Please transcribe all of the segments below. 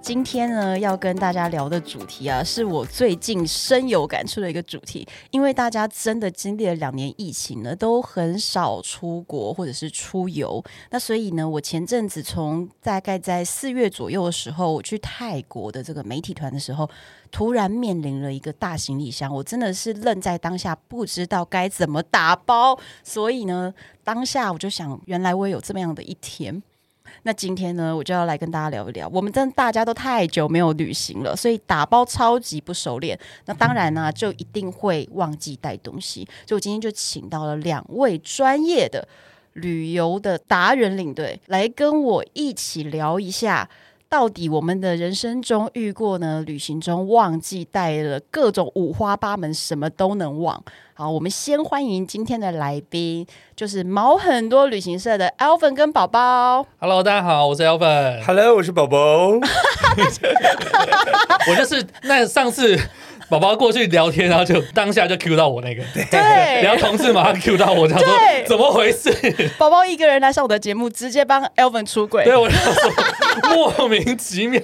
今天呢，要跟大家聊的主题啊，是我最近深有感触的一个主题。因为大家真的经历了两年疫情呢，都很少出国或者是出游。那所以呢，我前阵子从大概在四月左右的时候，我去泰国的这个媒体团的时候，突然面临了一个大行李箱，我真的是愣在当下，不知道该怎么打包。所以呢，当下我就想，原来我也有这么样的一天。那今天呢，我就要来跟大家聊一聊，我们真的大家都太久没有旅行了，所以打包超级不熟练。那当然呢、就一定会忘记带东西。所以我今天就请到了两位专业的旅游的达人领队来跟我一起聊一下。到底我们的人生中遇过呢？旅行中忘记带了各种五花八门，什么都能忘。好，我们先欢迎今天的来宾，就是毛很多旅行社的 Alvin 跟宝宝。 Hello，大家好，我是 Alvin， Hello，我是宝宝。我就是那上次宝宝过去聊天，然后就当下就 Q 到我那个，然对，后同事马上 Q 到我，想说对怎么回事？宝宝一个人来上我的节目，直接帮 Elvin 出轨。对我就说莫名其妙，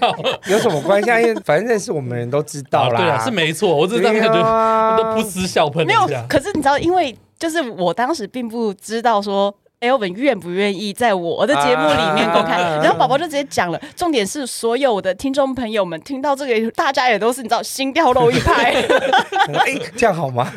有什么关系啊？因为反正认识我们的人都知道啦。对啊，是没错，我只是当对下就啊都不失笑喷没了有一下，。可是你知道，因为就是我当时并不知道说。Elvin 愿不愿意在我的节目里面公开？啊然后宝宝就直接讲了，重点是所有我的听众朋友们听到这个，大家也都是你知道心跳漏一 拍。 哎，这样好吗？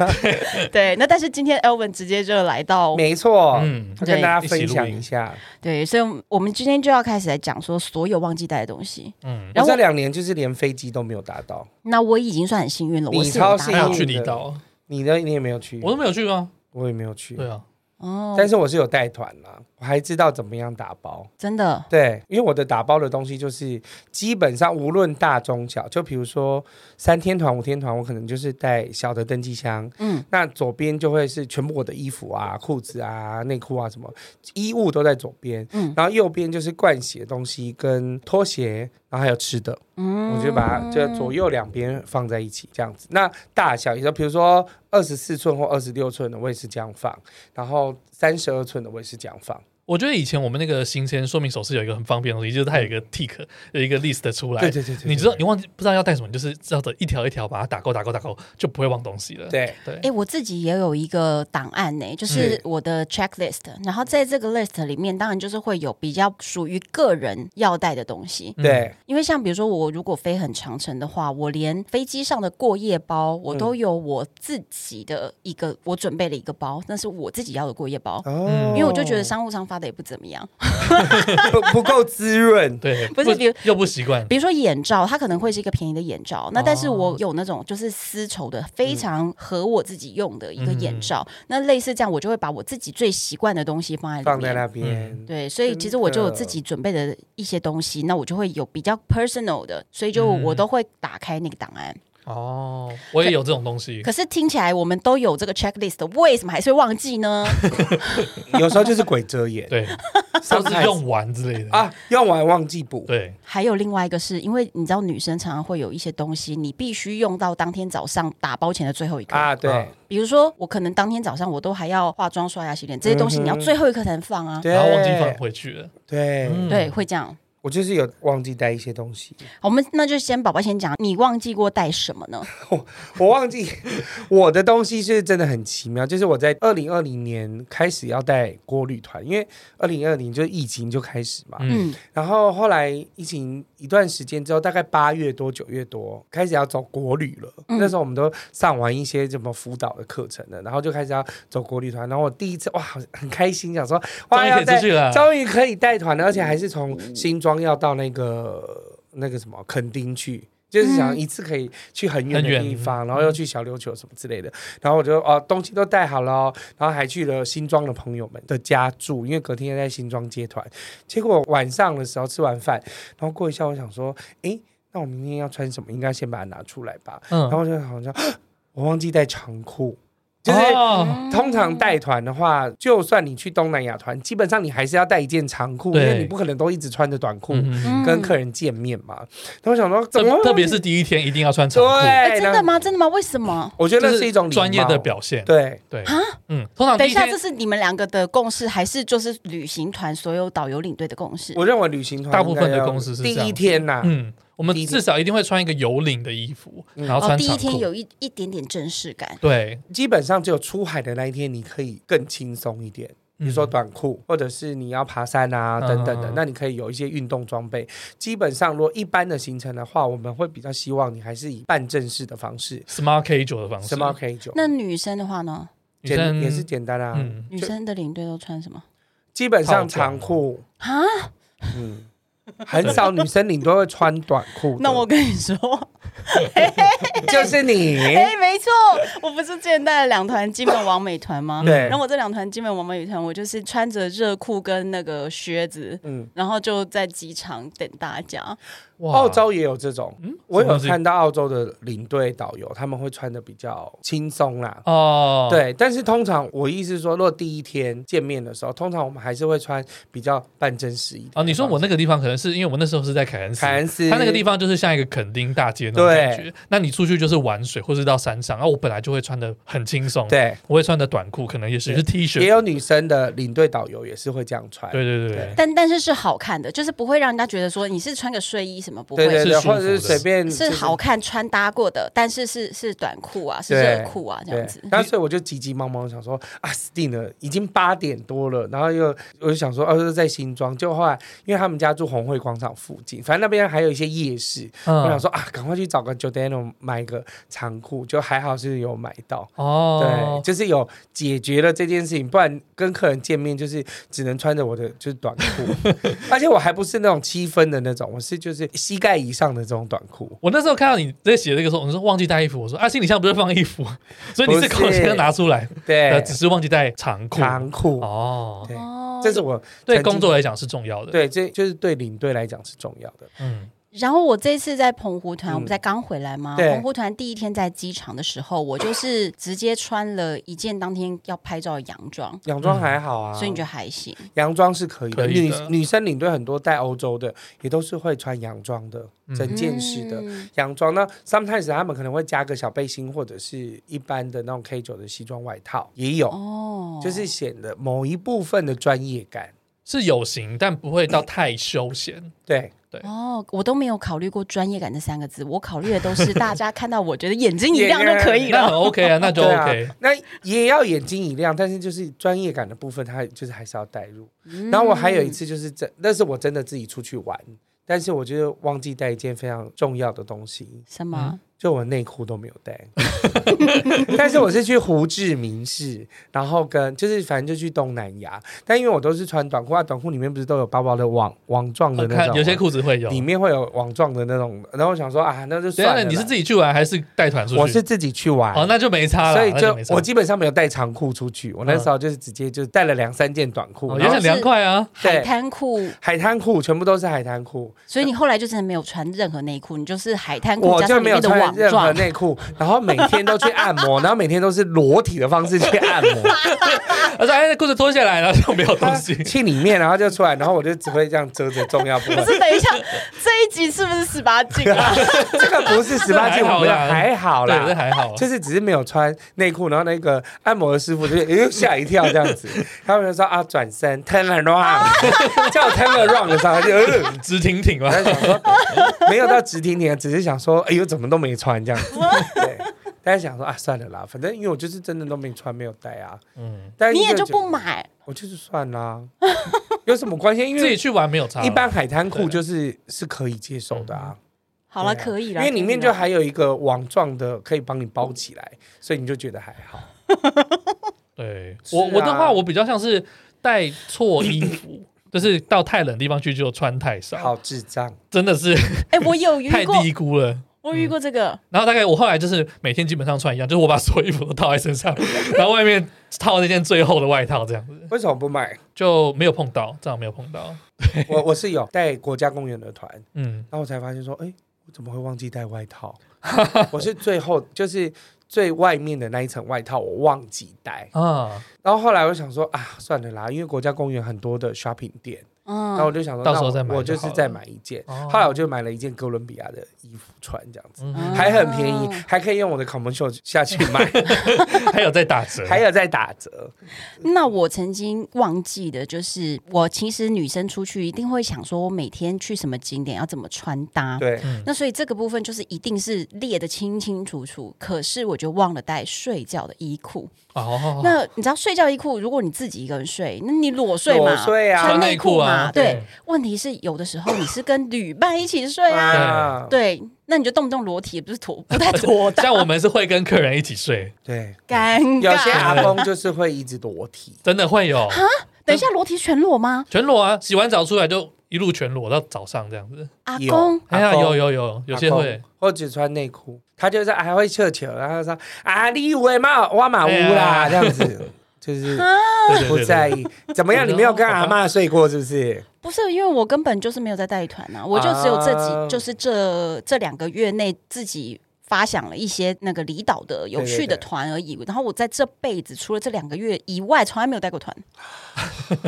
对，那但是今天 Elvin 直接就来到没错，哦嗯，要跟大家分享一下。对，所以我们今天就要开始来讲说所有忘记带的东西。嗯嗯，我然后这两年就是连飞机都没有打到，那我已经算很幸运了，我你是超有达幸还到有运去离岛，你呢？你也没有去，我都没有去吗？我也没有去。对啊，哦，但是我是有带团啦，我还知道怎么样打包。真的对，因为我的打包的东西就是基本上无论大中小，就比如说三天团、五天团，我可能就是带小的登机箱，嗯嗯，那左边就会是全部我的衣服啊、裤子啊、内裤啊什么衣物都在左边，嗯嗯，然后右边就是灌洗的东西跟拖鞋，然后还有吃的，嗯，我就把它就左右两边放在一起这样子。那大小也就比如说二十四寸或二十六寸的，我也是这样放，然后三十二寸的我也是这样放。我觉得以前我们那个行前说明手册有一个很方便的东西，就是它有一个 tick，有一个 list 出来对，对对对，你知道你忘记不知道要带什么，你就是照着一条一条把它打勾打勾打勾，就不会忘东西了。对。对，哎、，我自己也有一个档案呢、就是是我的 checklist。然后在这个 list 里面，当然就是会有比较属于个人要带的东西。对，因为像比如说，我如果飞很长程的话，我连飞机上的过夜包，我都有我自己的一个，我准备了一个包，那是我自己要的过夜包。哦因为我就觉得商务舱发的也不怎么样， 不不够滋润 对，不是比如又不习惯，比如说眼罩，它可能会是一个便宜的眼罩，那但是哦我有那种就是丝绸的，非常合我自己用的一个眼嗯罩，那类似这样，我就会把我自己最习惯的东西放在里面。放在那边。对，所以其实真我就有的自己准备的一些东西，那我就会有比较 personal 的，所以就嗯我都会打开那个档案。哦，我也有这种东西。可是听起来我们都有这个 checklist，为什么还是会忘记 呢？有时候就是鬼遮 眼，对，上都是用完之类的。啊，用完忘记补。对，还有另外一个是因为你知道女生常常会有一些东西，你必须用到当天早上打包前的最后一刻。啊，对啊比如说我可能当天早上我都还要化妆、刷牙、洗脸这些东西，你要嗯哼最后一刻才能放啊。对，然后忘记放回去了。对，嗯对，会这样。我就是有忘记带一些东西，我们那就先宝宝先讲，你忘记过带什么呢？我忘记我的东西是真的很奇妙，就是我在二零二零年开始要带国旅团，因为二零二零就疫情就开始嘛，嗯，嗯，然后后来疫情一段时间之后，大概八月多九月多开始要走国旅了。嗯那时候我们都上完一些什么辅导的课程了，然后就开始要走国旅团。然后我第一次哇，很开心，想说终哇于要可以出带，去了。终于可以带团了，而且还是从嗯新庄要到那个那个什么垦丁去。就是想一次可以去很远很的远地方，然后又去小琉球什么之类的，然后我就哦东西都带好了哦、然后还去了新庄的朋友们的家住，因为隔天要在新庄接团。结果晚上的时候吃完饭，然后过一下，我想说，诶，那我明天要穿什么？应该先把它拿出来吧。然 嗯，后我就好像，我忘记带长裤，就是。嗯哦通常带团的话，就算你去东南亚团，基本上你还是要带一件长裤，因对为你不可能都一直穿着短裤嗯哼跟客人见面嘛。那我想说，怎么特会特别是第一天一定要穿长裤，哎，对，真的那吗？真的吗？为什么？我觉得这那是一种礼专业的貌表现。对，对嗯，通哦常等一第一下，这天是你们两个的共识，还是就是旅行团所有导游领队的共识？我认为旅行团大部分的应该要公司是这第样一天呐、嗯，我们第一天至少一定会穿一个有领的衣服，嗯然后哦，穿第一长天裤。有一一点点正式感，对，基本上只有出海的那一天，你可以更轻松一点。比嗯如说短裤，或者是你要爬山啊嗯等等的嗯，嗯那你可以有一些运动装备。基本上，如果一般的行程的话，我们会比较希望你还是以半正式的方式， smart casual 的方式，什么 K 九，那女生的话呢？女简生也是简单啊。嗯，女生的领队都穿什么？基本上长裤，啊？嗯，很少女生领都会穿短裤的。 那我跟你说，就是你， 哎、没错，我不是见带了两团金门王美团吗？对然后我这两团金门王美团，我就是穿着热裤跟那个靴子，嗯，然后就在机场等大家。哇澳洲也有这种。嗯我什么有东西看到澳洲的领队导游，他们会穿的比较轻松啦，哦，，对，但是通常我意思是说，如果第一天见面的时候，通常我们还是会穿比较半真实一点。哦，你说我那个地方可能是因为我那时候是在凯恩斯，凯恩斯，它那个地方就是像一个垦丁大街那种感觉。那你出去就是玩水，或是到山上，然、后我本来就会穿的很轻松，对，我会穿的短裤，可能也是对是 T 也恤，有女生的领队导游也是会这样穿。对对对对对。但但是是好看的，就是不会让人家觉得说你是穿个睡衣什么，不会对对对，是舒服的或者是随便是好看穿搭过的，但是是是短裤啊，是对热裤啊这对样子，。然后所以我就急急忙忙想说啊，死定了，已经八点多了，然后又我就想说，哦、啊，在新庄，就后来因为他们家住红会广场附近，反正那边还有一些夜市，我想嗯，说啊，赶快去找个 Jordano 买一个长裤，就还好是有买到，对，哦，就是有解决了这件事情，不然跟客人见面就是只能穿着我的就是 短裤，而且我还不是那种七分的那种，我是就是膝盖以上的这种短裤。我那时候看到你在写这个时候，我说忘记带衣服，我说啊，行李箱不是放衣服， 所以你是不是口先拿出来，呃，对只，是忘记带长裤。长裤，哦，对哦这是我对曾经工作来讲是重要的。，对，这就是对领队来讲是重要的。嗯，然后我这次在澎湖团，嗯我不在刚回来吗？对澎湖团第一天在机场的时候，我就是直接穿了一件当天要拍照的洋装，洋装还好啊，所以你觉得还行？洋装是可以嗯的。可以女的女生领队很多带欧洲的，也都是会穿洋装的，整件式的。嗯洋装，那 sometimes 他们可能会加个小背心，或者是一般的那种 K 九的西装外套也有，哦，就是显得某一部分的专业感。是有型，但不会到太休闲。 对，哦，我都没有考虑过专业感这三个字，我考虑的都是大家看到我觉得眼睛一亮就可以那了。很 OK 啊，那就对 OK。啊，那也要眼睛一亮，但是就是专业感的部分，它就是还是要带入。嗯然后我还有一次就是真，那是我真的自己出去玩，但是我就是忘记带一件非常重要的东西，什么？就我内裤都没有带。 但是我是去胡志明市，然后跟就是反正就去东南亚，但因为我都是穿短裤啊，短裤里面不是都有薄薄的网网状的我那呃看种，啊有些裤子会有。里面会有网状的那种，然后我想说啊，那对就算啊，了啦。你是自己去玩还是带团出去？我是自己去玩。哦，那就没差了，所以那就没差我基本上没有带长裤出去，我那嗯时候就是直接就带了两三件短裤，哦也然后很凉快 啊。海对滩裤，海滩裤全部都是海滩裤，所以你后来就真的没有穿任何内裤，你就是海滩裤我加就上里没有面的穿网任何状，内裤，然后每天都去按 摩，然后每天都是裸体的方式去按摩，而且哎，裤子脱下来，然后就没有东西。去里面，然后就出来，然后我就只会这样遮着重要部不 分。是，等一下，这一集是不是十八禁 啊？这个不是十八禁，这还好我们啦还 好对，这啦。还好。啊就是只是没有穿内裤，然后那个按摩的师傅就哎吓一跳这样 子，他们就说啊转身 turn around，叫我 turn around 的时候他就呃，嗯直挺挺啊嘛我，在想说没有到直挺挺，只是想说哎呦怎么都没穿这样子，对，但是想说啊算了啦，反正因为我就是真的都没穿没有带啊，嗯，但是你也个就觉得不买，我就是算啦、有什么关系？因自己为去玩没有差啦。一般海对滩嗯裤啦就是是可以接受的啊。好了，对啊可以因了，为里面可以就了还有一个网状的可以帮你包起来，所以你就觉得还好。对是我我的啊话，我比较像是带错衣服， 就是到太冷的地方去就穿太少，好智障，真的是哎、我有遇太过，低估了。我遇过这个，然后大概我后来就是每天基本上穿一样，就是我把所有衣服都套在身上， 然后外面套那件最厚的外套，这样子为什么不买？就没有碰到，这样没有碰到。我我是有带国家公园的团，嗯， 然后我才发现说，哎、我怎么会忘记带外套？我是最后就是最外面的那一层外套我忘记带，啊，然后后来我想说啊，算了啦，因为国家公园很多的 shopping 店，然后我嗯，就想说，到时候那我再买就我就是好了再买一件。哦后来我就买了一件哥伦比亚的衣服穿，这样子、嗯还很便宜哦，还可以用我的 commercial 下去买，还有在打折，还有在打折。那我曾经忘记的就是，我其实女生出去一定会想说，我每天去什么景点要怎么穿啊搭。对，那所以这个部分就是一定是列的清清楚楚，可是我就忘了带睡觉的衣裤。哦，那你知道睡觉衣裤，如果你自己一个人睡，那你裸睡嘛，裸睡啊穿穿内内裤裤嘛，啊对。对问题是有的时候你是跟旅伴一起睡 啊，啊，对，那你就动不动裸体，不是妥不太妥当，像我们是会跟客人一起睡，对，尴尬。有些阿啊，公就是会一直裸体真的会有等一下，裸体全裸吗？全裸啊，洗完澡出来就一路全裸到早上这样子。阿有公，哎呀，阿公有有有，有些阿会公，或者穿内裤，他就是还会撤球，然后他说啊，你以为嘛，我马乌啦，哎呀这 样子，就对对是对哦不对在意。怎么样？对你没有跟阿妈睡过是不是？不是因为我根本就是没有在带团啊，我就只有这几，啊就是这这两个月内自己。发想了一些那个离岛的有趣的团而已，然后我在这辈子除了这两个月以外，从来没有带过团。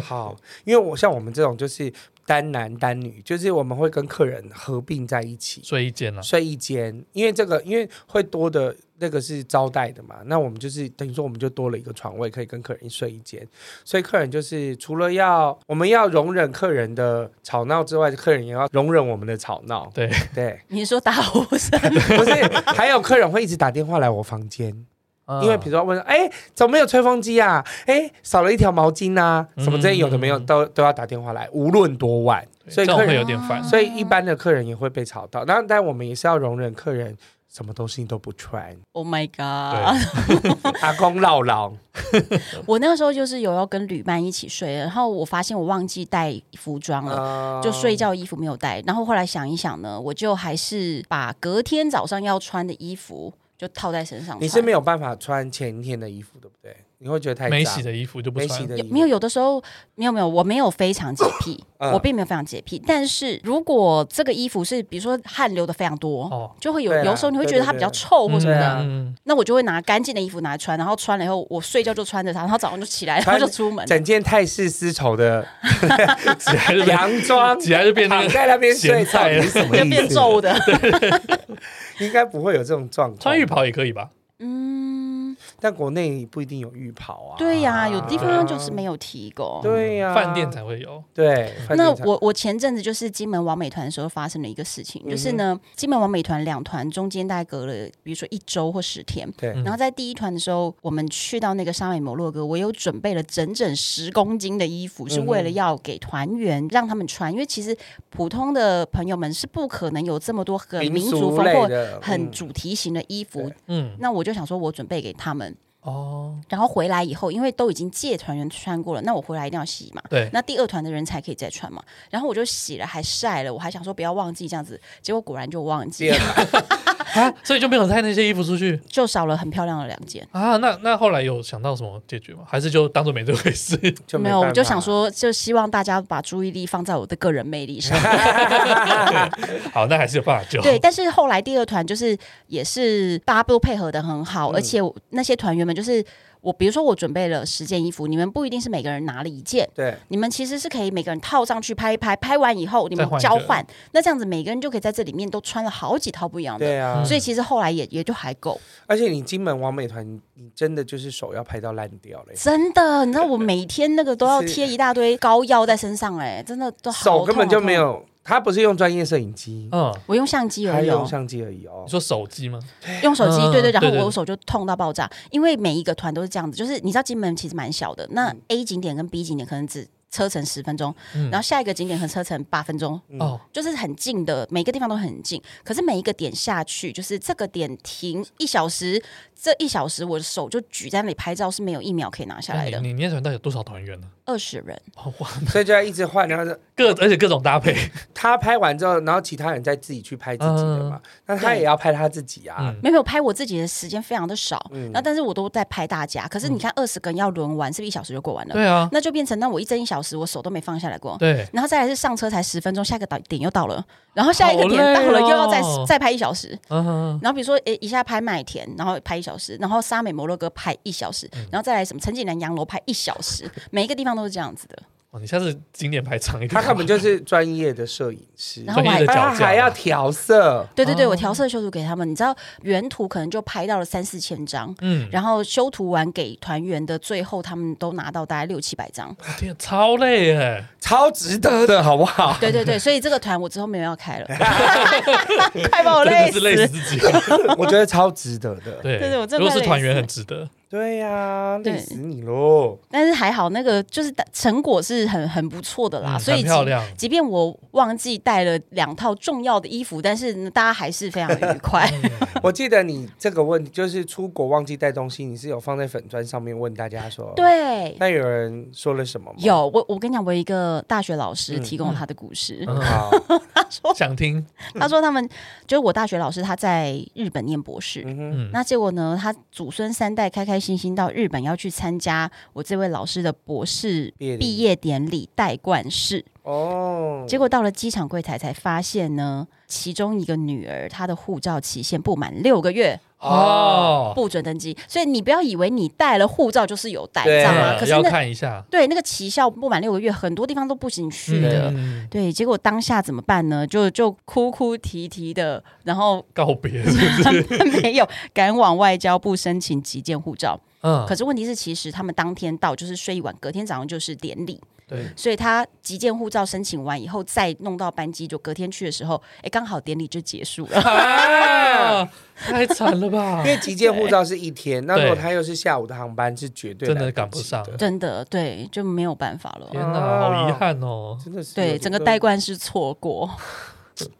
好，因为我像我们这种就是单男单女，就是我们会跟客人合并在一起睡一间了，睡一间，因为这个因为会多的那个是招待的嘛，那我们就是等于说我们就多了一个床位可以跟客人睡一间，所以客人就是除了要我们要容忍客人的吵闹之外，客人也要容忍我们的吵闹，对对，你是说打火山？不是还有客人会一直打电话来我房间。嗯因为比如说问，哎、怎么没有吹风机啊？哎、少了一条毛巾啊，什么这些有的没有，嗯都都要打电话来，无论多晚。对所以这客种会有人，点烦啊。所以一般的客人也会被吵到。那但我们也是要容忍客人什么东西都不穿， Oh my 对啊 god！阿公唠唠，我那时候就是有要跟旅伴一起睡，然后我发现我忘记带服装嗯了，啊就睡。觉衣服没有带。然后后来想一想呢，我就还是把隔天早上要穿的衣服就套在身上穿。你是没有办法穿前一天的衣服，对不对？你会觉得太没脏洗的衣服就不没穿洗，的衣有服没有？有的时候没有没有，我没有非常洁癖， 嗯我并没有非常洁癖。但是如果这个衣服是比如说汗流的非常多，哦就会有对啊有时候你会觉得它对对比较臭或什么对的，啊嗯，那我就会拿干净的衣服拿来穿，然后穿了以后我睡觉就穿着它，然后早上就起来，然后穿就出 门。整件泰式丝绸的起来就变，洋装，起来就变那躺个在那边睡咸菜啊到底是什么意就思？变皱 的，应该不会有这种状况。穿浴袍也可以吧？嗯，但国内不一定有浴袍啊。对呀、有地方就是没有提供。对啊呀、饭店才会有，对。饭那店才我我前阵子就是金门王美团的时候发生了一个事情，嗯就是呢，金门王美团两团中间大概隔了，比如说一周或十天，对然后在第一团的时候，我们去到那个沙美摩洛哥，我有准备了整整十公斤的衣服，是为嗯了要给团员让他们穿，因为其实普通的朋友们是不可能有这么多很民族风类或的嗯很重主题型的衣服对。嗯，那我就想说，我准备给他们，哦，然后回来以后，因为都已经借团员穿过了，那我回来一定要洗嘛。对，那第二团的人才可以再穿嘛。然后我就洗了，还晒了，我还想说不要忘记这样子，结果果然就忘记第了二，款所以就没有带那些衣服出去就少了很漂亮的两件。啊。那那后来有想到什么解决吗？还是就当做没这回事？就没办有，法我就想，说，就希望大家把注意力放在我的个人魅力 上。 好，那还是有办法救。对，但是后来第二团就是也是大家都配合的很好，嗯而且我那些团员们就是我，比如说我准备了十件衣服，你们不一定是每个人拿了一件。对你们其实是可以每个人套上去拍一拍，拍完以后你们再换一交个换，那这样子每个人就可以在这里面都穿了好几套不一样的。对啊嗯。所以其实后来也也就还够。而且你金门王美团，你真的就是手要拍到烂掉嘞，真的，你知道我每天那个都要 是贴一大堆膏药在身上、哎，真的都好痛手根本就没。好痛哦有。他不是用专业摄影机，嗯，我用相机他而已哦，用相机而已哦你。说手机吗？用手机，嗯对对，然后对对我手就痛到爆炸，因为每一个团都是这样子，就是你知道金门其实蛮小的，那 A 景点跟 B 景点可能只车程十分钟，嗯然后下一个景点可能车程八分钟，嗯哦，就是很近的，每个地方都很近。可是每一个点下去，就是这个点停一小时，这一小时我的手就举在那里拍照是没有一秒可以拿下那来你的，你念团到底有多少团员呢？二十人。哦哇，所以就要一直换，然后各而且各种搭 配，他拍完之后，然后其他人再自己去拍自己的嗯嘛。那他也要拍他自己啊。嗯，没有没有拍我自己的时间非常的少，嗯然后但是我都在拍大家。可是你看二十个人要轮完，是不是一小时就过完了？嗯对啊，那就变成那我一整一小时我手都没放下来过。对，然后再来是上车才十分钟，下一个到点又到了，然后下一个好点到了、累哦又要再再拍一小时。嗯嗯，嗯然后比如说，诶，一下拍麦田，然后拍一小时，然后沙美摩洛哥拍一小时，嗯然后再来什么陈景南洋楼拍一小 时，每一个地方都是这样子的。哦，你下次景点排长一点。 他根本就是专业的摄影师，然后我还嗯专业的脚他架还要调色，对对对，哦我调色修图给他们，你知道原图可能就拍到了三四千张，嗯，然后修图完给团员的，最后他们都拿到大概六七百张。天，超累耶！超值得的 好不好？对对对，所以这个团我之后没有要开 了，快把我 真累的死是累死自己。 我觉得超值得的。对对对我真的如果是累团员死很值得。对呀，对累死你喽！但是还好，那个就是成果是很很不错的啦，嗯所以很即漂亮即便我忘记带了两套重要的衣服，但是大家还是非常愉 快。我记得你这个问题就是出国忘记带东西，你是有放在粉砖上面问大家说，，对，那有人说了什么吗？有我我跟你讲，我有一个大学老师嗯提供了他的故事。嗯 好，想听，他说他们就是我大学老师，他在日本念博士。嗯哼，嗯，那结果呢？他祖孙三代开开心心到日本，要去参加我这位老师的博士毕业典礼毕业典礼代冠式。嗯哦，结果到了机场柜台才发现呢，其中一个女儿她的护照期限不满六个月，哦，不准登机。所以你不要以为你带了护照就是有带，对知道啊吗？嗯可是要那看一下。对那个期效不满六个月，很多地方都不行去的。嗯对，结果当下怎么办呢？就就哭哭啼啼的，然后 告别是不是？没有赶往外交部申请急件护照。嗯，可是问题是，其实他们当天到就是睡一晚，隔天早上就是典礼。对， 所以他急件护照申请完以后，再弄到班机，就隔天去的时候，哎，刚好典礼就结束 了。啊，太惨了吧因！为急件护照是一天，那如果对他又是下午的航班，是绝对真来的赶及不上的真的，对，就没有办法了。天哪，好遗憾哦。真的是有对，点整个乐代冠是错过，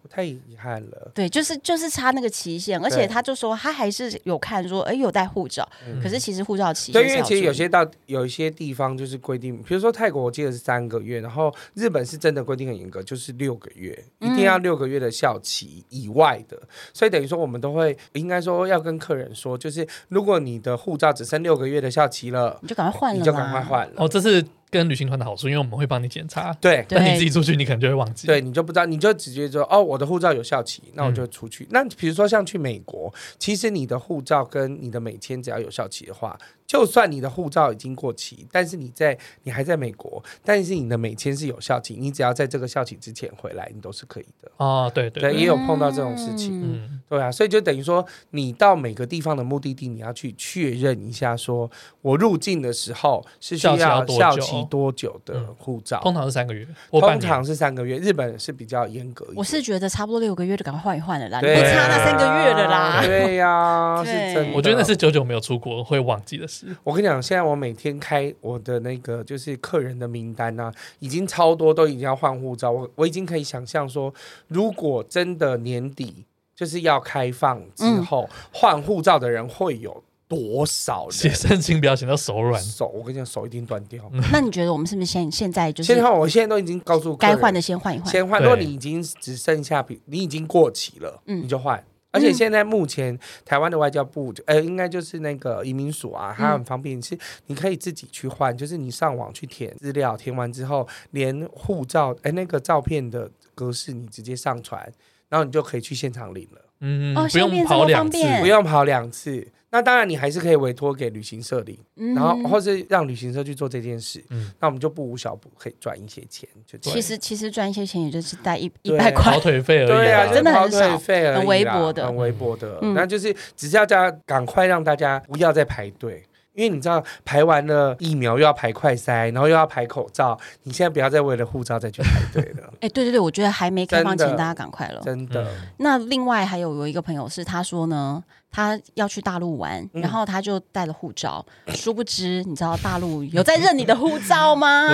太遗憾了。对，就是就是差那个期限，而且他就说他还是有看说，哎，有带护照，可是其实护照期限嗯是对，因为要其实有注意些到有一些地方就是规定，比如说泰国，我记得是三个月，然后日本是真的规定很严格，就是六个月，嗯一定要六个月的校期以外的。所以等于说，我们都会应该说要跟客人说，就是如果你的护照只剩六个月的校期了，你就赶快换了，你就赶快。换了。哦，这是跟旅行团的好处，因为我们会帮你检查。对对但你自己出去，你可能就会忘记。对，你就不知道，你就直接说哦，我的护照有效期，那我嗯就出去。那比如说像去美国，其实你的护照跟你的美签只要有效期的话，就算你的护照已经过期，但是你在你还在美国，但是你的美签是有效期，你只要在这个效期之前回来，你都是可以的。哦，对对对，也有碰到这种事情，嗯嗯，对啊，所以就等于说，你到每个地方的目的地，你要去确认一下说，我入境的时候是需效期要要多效久期多久的嗯护照。通常是三个月或半通年。常是三个月，日本是比较严格一点。我是觉得差不多六个月就赶快换一换了啦，你对别差那三个月了啦。对呀、是对真的。我觉得那是久久没有出国会忘记的事。我跟你讲，现在我每天开我的那个就是客人的名单啊，已经超多都已经要换护照。我我已经可以想象说，如果真的年底就是要开放之后，嗯换护照的人会有多少写人？申请表写到手软，手，我跟你讲，手一定断掉。 嗯那你觉得我们是不是现现在就现是在换我现在都已经告诉客该人换的先换一换？先换。对如果你已经只剩下比你已经过期了，嗯你就换。而且现在目前台湾的外交部，嗯呃，应该就是那个移民署啊，它很方便，是你可以自己去换，就是你上网去填资料，填完之后连护照，哎、那个照片的格式你直接上传，然后你就可以去现场领了，嗯，哦不现在用变这么跑两方次，便不用跑两次。那当然，你还是可以委托给旅行社领，嗯然后或是让旅行社去做这件事，嗯那我们就不无小补，可以赚一些钱，就这样其实其实赚一些钱也就是带一一对百块跑，腿费而已啦。对啊，就是真的跑很少腿费而已啦很微薄的很微薄的。嗯那就是只是要大家赶快让大家不要再排队，因为你知道排完了疫苗又要排快筛，然后又要排口罩，你现在不要再为了护照再去排队了，哎、对对对，我觉得还没开放前，真的大家赶快了。真的。嗯那另外还有有一个朋友是，他说呢，他要去大陆玩，嗯然后他就带了护照，殊不知你知道大陆有在认你的护照 吗？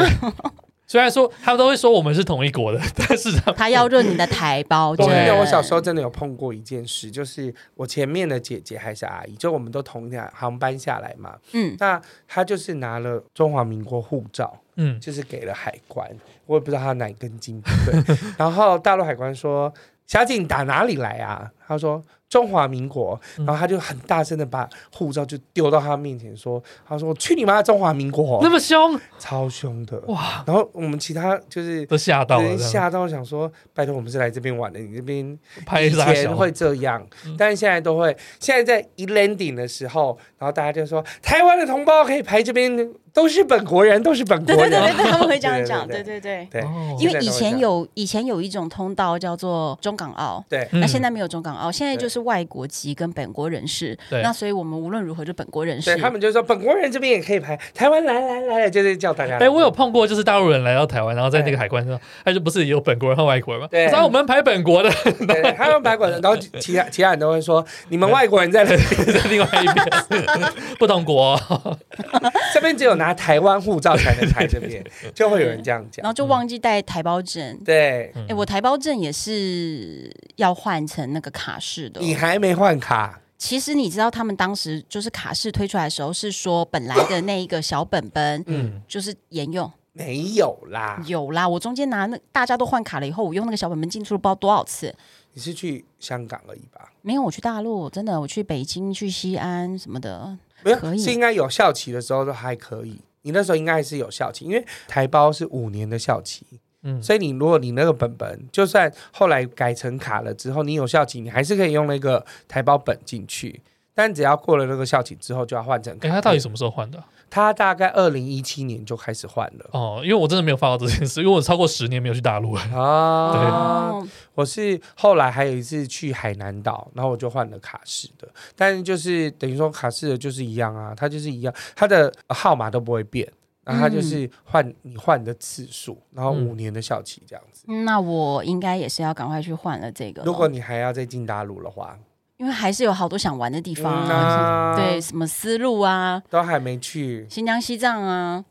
虽然说他们都会说我们是同一国的， 但是他他要认你的台胞我证跟你对讲，我小时候真的有碰过一件事，就是我前面的姐姐还是阿姨，就我们都同一辆航班下来嘛。嗯，那她就是拿了中华民国护照，嗯，就是给了海关，我也 不知道他哪根筋不对。然后大陆海关说：“小姐，你打哪里来啊？”他说中华民国，嗯然后他就很大声的把护照就丢到他面前说，他说我去你妈的中华民国那，么凶超凶的哇，然后我们其他就是都吓到了，人吓到想说，拜托我们是来这边玩的，你这边这样拍以傻前小，会这样嗯，但是现在都会。现在在一 landing 的时候，然后大家就说台湾的同胞可以排这边，都是本国人，都是本国对对人。对对，对他们会这样讲，对对对对。对哦因为以现在都会前这样有以前有一种通道叫做中港澳，对嗯那现在没有中港澳，现在对就是外国籍跟本国人士。对那所以我们无论如何就本国人士对，。他们就说本国人这边也可以排，台湾来来来来，就是叫大家。哎，我有碰过，就是大陆人来到台湾，然后在那个海关上，他就不是有本国人和外国人吗？对然后我们排本国的，对，对他们排国人，然后其他其他人都会说你们外国人在在 另外一边， 不同国哦。 这边只有拿台湾护照才能排这边，就会有人这样然讲。嗯后就忘记带台胞证，嗯对哎、我台胞证也是要换成那个卡式的哦。你还没换卡，其实你知道，他们当时就是卡式推出来的时候，是说本来的那一个小本本嗯，就是沿用。没有啦？有啦，我中间拿那大家都换卡了以后，我用那个小本本进出了不知道多少次。你是去香港而已吧？没有，我去大陆，真的，我去北京、去西安什么的。没有可，以是应该有效期的时候都还可以。你那时候应该还是有效期，因为台胞是五年的效期，嗯所以你如果你那个本本，就算后来改成卡了之后，你有效期，你还是可以用那个台胞本进去。但只要过了那个效期之后，就要换成卡。哎，他到底什么时候换的啊？他大概二零一七年就开始换了哦，因为我真的没有发到这件事，因为我超过十年没有去大陆了。啊。，哦我是后来还有一次去海南岛，然后我就换了卡式的，但是就是等于说卡式的就是一样啊，它就是一样，它的呃号码都不会变，然后嗯它就是换、你换的次数，然后五年的效期这样子。那我应该也是要赶快去换了这个咯。如果你还要再进大陆的话，因为还是有好多想玩的地方、啊，嗯那对，，什么丝路啊、都还没去，新疆、西藏啊，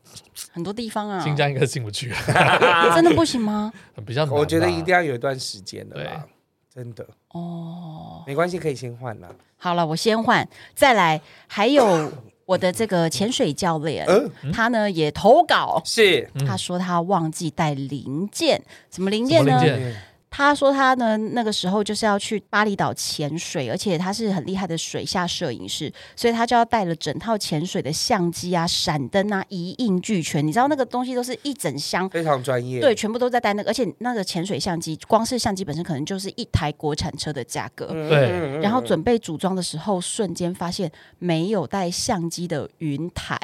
很多地方啊。新疆应该是进不去了， 啊真的不行吗？很比较难吧。我觉得一定要有一段时间的啦，真的哦，没关系，可以先换啦。好了，我先换，再来，还有我的这个潜水教练，嗯，他呢也投稿，是，嗯他说他忘记带零件，什么零什件么呢零？件嗯他说他呢那个时候就是要去巴厘岛潜水，而且他是很厉害的水下摄影师，所以他就要带了整套潜水的相机啊、闪灯啊，一应俱全。你知道那个东西都是一整箱。非常专业，对，，全部都在带那个，而且那个潜水相机，光是相机本身可能就是一台国产车的价格。对嗯然后准备组装的时候，瞬间发现没有带相机的云台，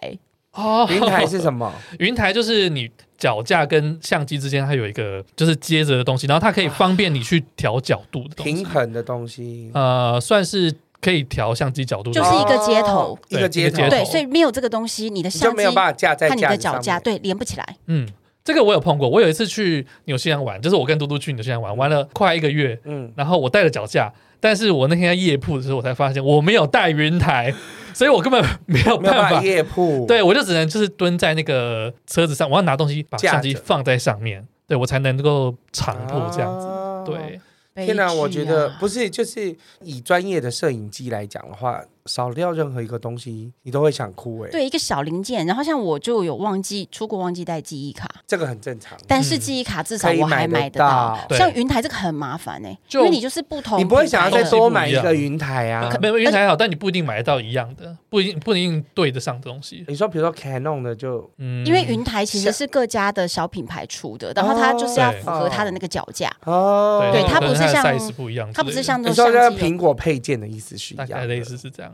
哦，云台是 什么？ 云台就是你脚架跟相机之间，它有一个就是接着的东西，然后它可以方便你去调角度的东平西，衡的东西，呃，算是可以调相机角度的就东是西，一个接头哦一个对接头，接头对，所以没有这个东西，你的你就相没机有办法架在和你的架子脚上面架对连不起来。嗯。这个我有碰过，我有一次去纽西兰玩，就是我跟嘟嘟去纽西兰玩，玩了快一个月，嗯，然后我带了脚架，但是我那天在夜铺的时候，我才发现我没有带云台，所以我根本没有没有办法办法夜铺，，啊对，我就只能就是蹲在那个车子上，我要拿东西把架相机着放在上面，对我才能够长铺这样子。子。对，悲天哪，我剧觉得啊不是，就是以专业的摄影机来讲的话，少掉任何一个东西，你都会想哭哎、，啊对一个小零件，然后像我就有忘记出国忘记带记忆卡，这个很正常。但是嗯记忆卡至少可以我还买得买得到到。对像云台这个很麻烦哎，就因为你就是不同，你不会想要品牌再的多买一个云台啊？没有云台好，但你不一定买得到一样的，不一定不一定对得上的东西。你说，比如说 Canon 的就嗯，因为云台其实像是各家的小品牌出的，然后它就是要符合它的那个脚架，哦，对它可能不是的像 size 不一样之类的，它不是像你那说种跟相机苹果配件的意思是一大样概的，类似是这样。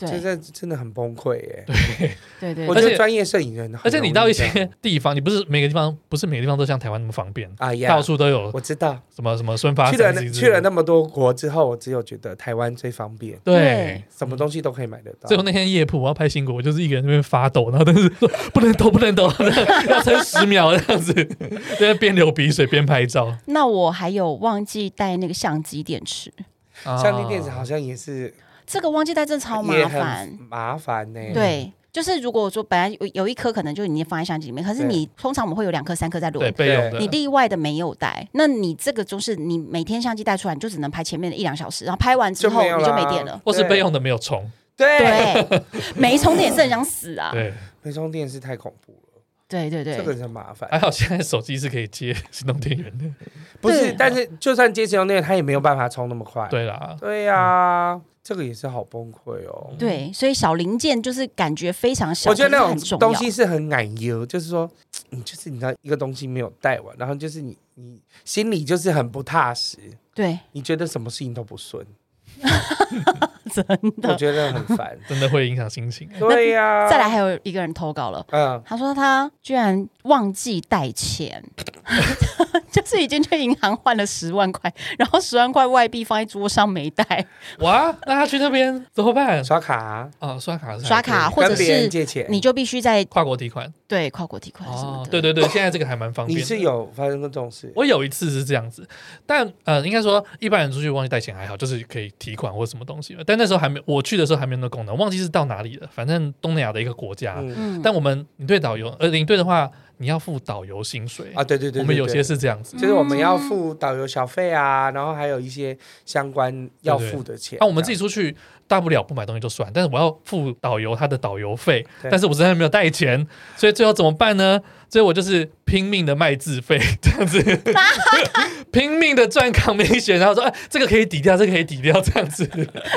这对这真的很崩溃哎、对对我而觉且对，得专业摄影人很容易而这且样，你到一些地方，你不是每个地方不是每个地方都像台湾那么方便，啊呀到，处都有我知道，什么什么孙发去了三那 C 之去类了的那么多国之后，我只有觉得台湾最方便，对。什么东西都可以买得到最。后那天夜铺，我要拍新国，我就是一个人在那边发抖，然后但是说不能抖，不能抖，要撑十秒这样子，在那边流鼻水边拍照。那我还有忘记带那个相机电池，相机电子好像也是这个忘记带真的超麻也很烦。麻烦呢、，对，就是如果说本来有有一颗可能就已经放在相机里面，可是对你通常我们会有两颗、三颗在对轮。备用的，你例外的没有带，那你这个就是你每天相机带出来，你就只能拍前面的一两小时，然后拍完之就后没有你就啦没电了。或是备对用的没有充。对， 对，没充电也是很想死啊。对，没充电是太恐怖了。对对这对个，是很麻烦。还好现在手机是可以接行动电源的。哎不对是，但是就算接行动电源，它也没有办法充那么快。对啦，。对呀、这个也是好崩溃哦。对，所以小零件就是感觉非常小，我觉得那可是很种重东要西是很奶油，就是说，你就是你知道一个东西没有带完，然后就是你你心里就是很不踏实，对，你觉得什么事情都不顺， 真我的。觉得很烦真的会影响心情。 对呀、再来，还有一个人投稿了，嗯，他说他居然忘记带钱， 就是已经去银行换了十万块，然后十万块外币放在桌上没带，哇，那他去那边怎么办？刷卡，啊，刷卡是还可以刷卡或者跟别人是借钱，你就必须在跨国提款。对跨国提款什么的。哦对对对，现在这个还蛮方便你的。是有发生过这种事？我有一次是这样子，但呃，应该说一般人出去忘记带钱还好，就是可以提款或什么东西嘛。但那时候还没，我去的时候还没有那个功能，忘记是到哪里了，反正东南亚的一个国家。嗯嗯， 但我们领队导游，呃，领队的话你要付导游薪水啊，对对对对我们有对些是这样子。就是我们要付导游小费啊，然后还有一些相关要付的钱。那、嗯啊我们自己己出去，大不了不买东西就算，但是我要付导游他的导游费，对但是我身上没有带钱，所以最后怎么办呢？所以我就是拼命的卖自费，这样 子，拼命的赚 commission，然后说、哎，这个可以抵掉，这个可以抵掉，这样子。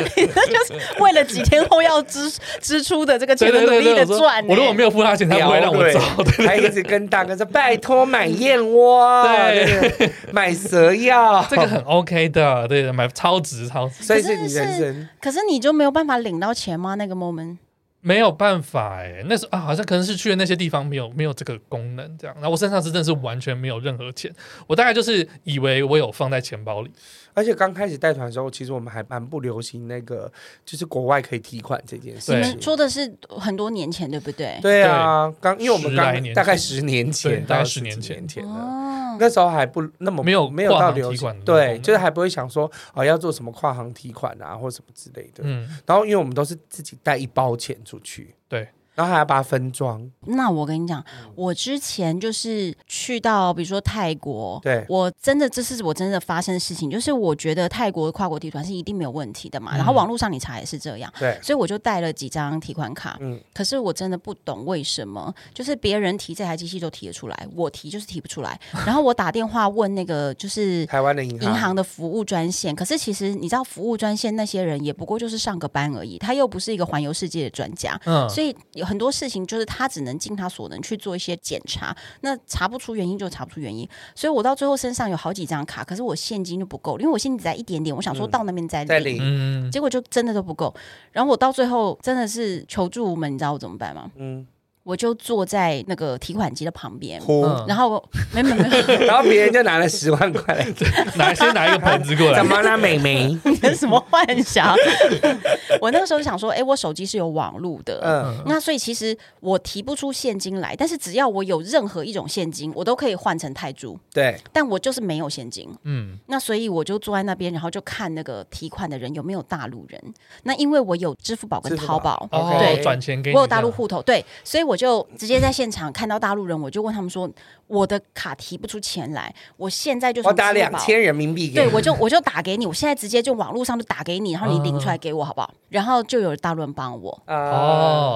就是为了几天后要支支出的这 个对钱，对努对力对，的我说赚欸。我如果没有付他钱，他不会让我走。对还对一对，直跟大哥说拜托买燕窝， 对对，买蛇药， 这个很 OK 的，对，买超值超值， 所以是可你是人生可是你就没有办法领到钱吗？那个 moment 没有办法哎，那时候啊，好像可能是去的那些地方没有没有这个功能，这样。然后我身上是真的是完全没有任何钱，我大概就是以为我有放在钱包里。而且刚开始带团的时候，其实我们还蛮不流行那个，就是国外可以提款这件对事情。说的是很多年前，对不对？对啊，刚因为我们十来年刚前大概十年对前，大概到十年几前年前了。哦，那时候还不那么没有没有跨到行流提款的行，功对，能就是还不会想说哦要做什么跨行提款啊或什么之类的。嗯，然后因为我们都是自己带一包钱出去，对，然后还要把它分装，那我跟你讲，我之前就是去到比如说泰国，对我真的这是我真的发生的事情，就是我觉得泰国的跨国提款是一定没有问题的嘛，嗯然后网络上你查也是这样，对，所以我就带了几张提款卡，嗯，可是我真的不懂为什么，就是别人提这台机器都提得出来，我提就是提不出来， 然后我打电话问那个就是台湾的银银行的服务专线，可是其实你知道，服务专线那些人也不过就是上个班而已，他又不是一个环游世界的专家，嗯所以有很多事情就是他只能尽他所能去做一些检查，那查不出原因就查不出原因，所以我到最后身上有好几张卡，可是我现金就不够，因为我现金只在一点点，我想说嗯到那边再在领，领，嗯，结果就真的都不够，然后我到最后真的是求助无门，你知道我怎么办吗？嗯，我就坐在那个提款机的旁边。哭，嗯然后我没没没，然后别人就拿了十万块来，拿先拿一个盆子 过来怎，么啦，美眉？有什么幻想？我那个时候想说，哎、我手机是有网路的。嗯，那所以其实我提不出现金来，但是只要我有任何一种现金，我都可以换成泰铢，对，但我就是没有现金。嗯，那所以我就坐在那边，然后就看那个提款的人有没有大陆人。那因为我有支付宝跟支付淘宝宝，哦，对转钱给你，我有大陆户头，对，所以我就直接在现场看到大陆人，我就问他们说，我的卡提不出钱来，我现在就我从打支付两宝千人民币给对，你，我就我就打给你，我现在直接就网络上就打给你，然后你嗯领出来给我好不好？然后就有大陆人帮我，这样啊，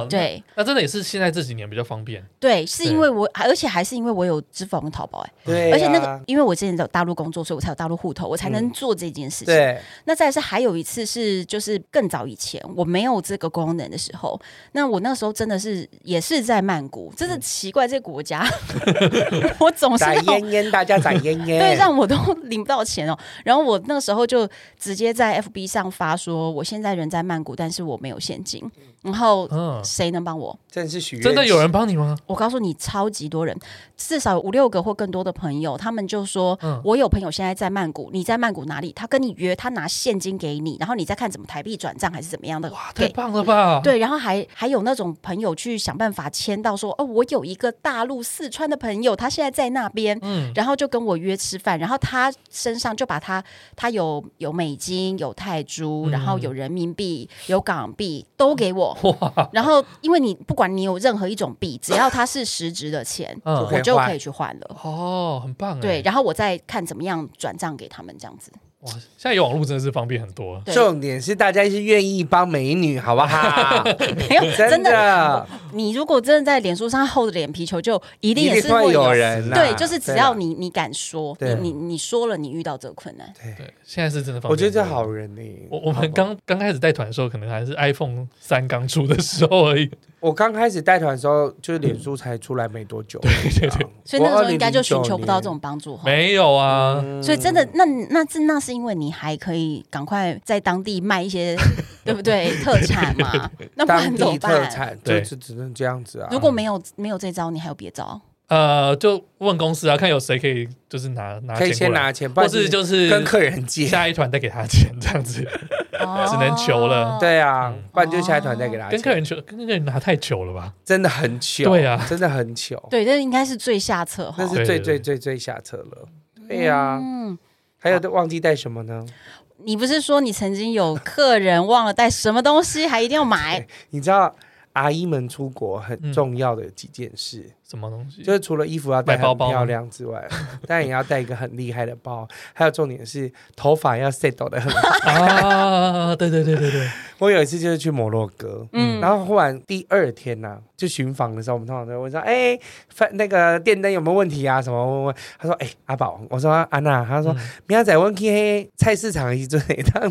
哦，对那，那真的也是现在这几年比较方便，对，是因对为我，而且还是因为我有支付宝跟淘宝哎、对啊，嗯而且那个因为我之前在大陆工作，所以我才有大陆户头，我才能做这件事情。对，那再来是还有一次是就是更早以前我没有这个功能的时候，那我那时候真的是也是在曼谷，真嗯的奇怪这个国家， 我总是宰要烟欸烟，大家宰烟烟，对，让我都 领不到钱哦。然后我那个时候就直接在 FB 上发说，我现在人在曼谷，但是我没有现金，然后哦嗯，谁能帮我？真是许愿，真的有人帮你吗？我告诉你，超级多人，至少有五六个或更多的朋友，他们就说，嗯我有朋友现在在曼谷，你在曼谷哪里？他跟你约，他拿现金给你，然后你再看怎么台币转账还是怎么样的哇，太给。棒了吧！，对，然后还还有那种朋友去想办法签到说，哦，我有一个大陆四川的朋友，他现在在那边，嗯，然后就跟我约吃饭，然后他身上就把他他有有美金、有泰铢，嗯然后有人民币、有港币都给 我。然后因为你不管你有任何一种币，只要它是实值的钱，嗯可以我就换可以去换了。哦，很棒哎，对，然后我再看怎么样转账给他们这样子。哇，现在有网络真的是方便很多。对重点是大家是愿意帮美女，好不好？ 没有真的，的，你如果真的在脸书上厚着脸皮求救，一定也一是定会会有啊有。人啦。对，啊就是只要对啦，你你敢说，你对你你说了，你遇到这个困难，对，现在是真的方便。我觉得这好。人呢、我我们刚刚开始带团的时候，可能还是 iPhone 三刚出的时候而已。我刚开始带团的时候，就是脸书才出来没多久，啊对对对，所以那个时候应该就寻求不到这种帮助。哈没有啊，哦嗯所以真的，那那是那是因为你还可以赶快在当地卖一 些，对不对？特产嘛，那不当然怎地么特办？产，对就是只能这样子啊。如果没有没有这招，你还有别招？呃，就问公司啊，看有谁可以就是拿拿可以钱先过来，拿钱，不或然是就是跟客人借。下一团再给他钱这样子。哦只能求了 对嗯，啊哦不然就下一团再给他跟钱。客人求，跟客人拿太久了吧？真的很糗，对啊真的很糗，对，这应该是最下策哈那。是最最最最下策了。对呀，嗯，还有忘记带什么呢？你不是说你曾经有客人忘了带什么东西，还一定要买 对？你知道阿姨们出国很重要的几件事，什么东西？就是除了衣服要戴买包很包吗漂亮之外，当然也要带一个很厉害的包，还有重点是头发要 set 的很好。啊，对对对对对，我有一次就是去摩洛哥，嗯，然后忽然第二天呐、就巡访的时候，我们通常都会问说：“哎、翻那个电灯有没有问题啊？什么问问？”他说：“哎、阿宝，我说安娜，他说、嗯明仔载问去黑菜市场一阵，他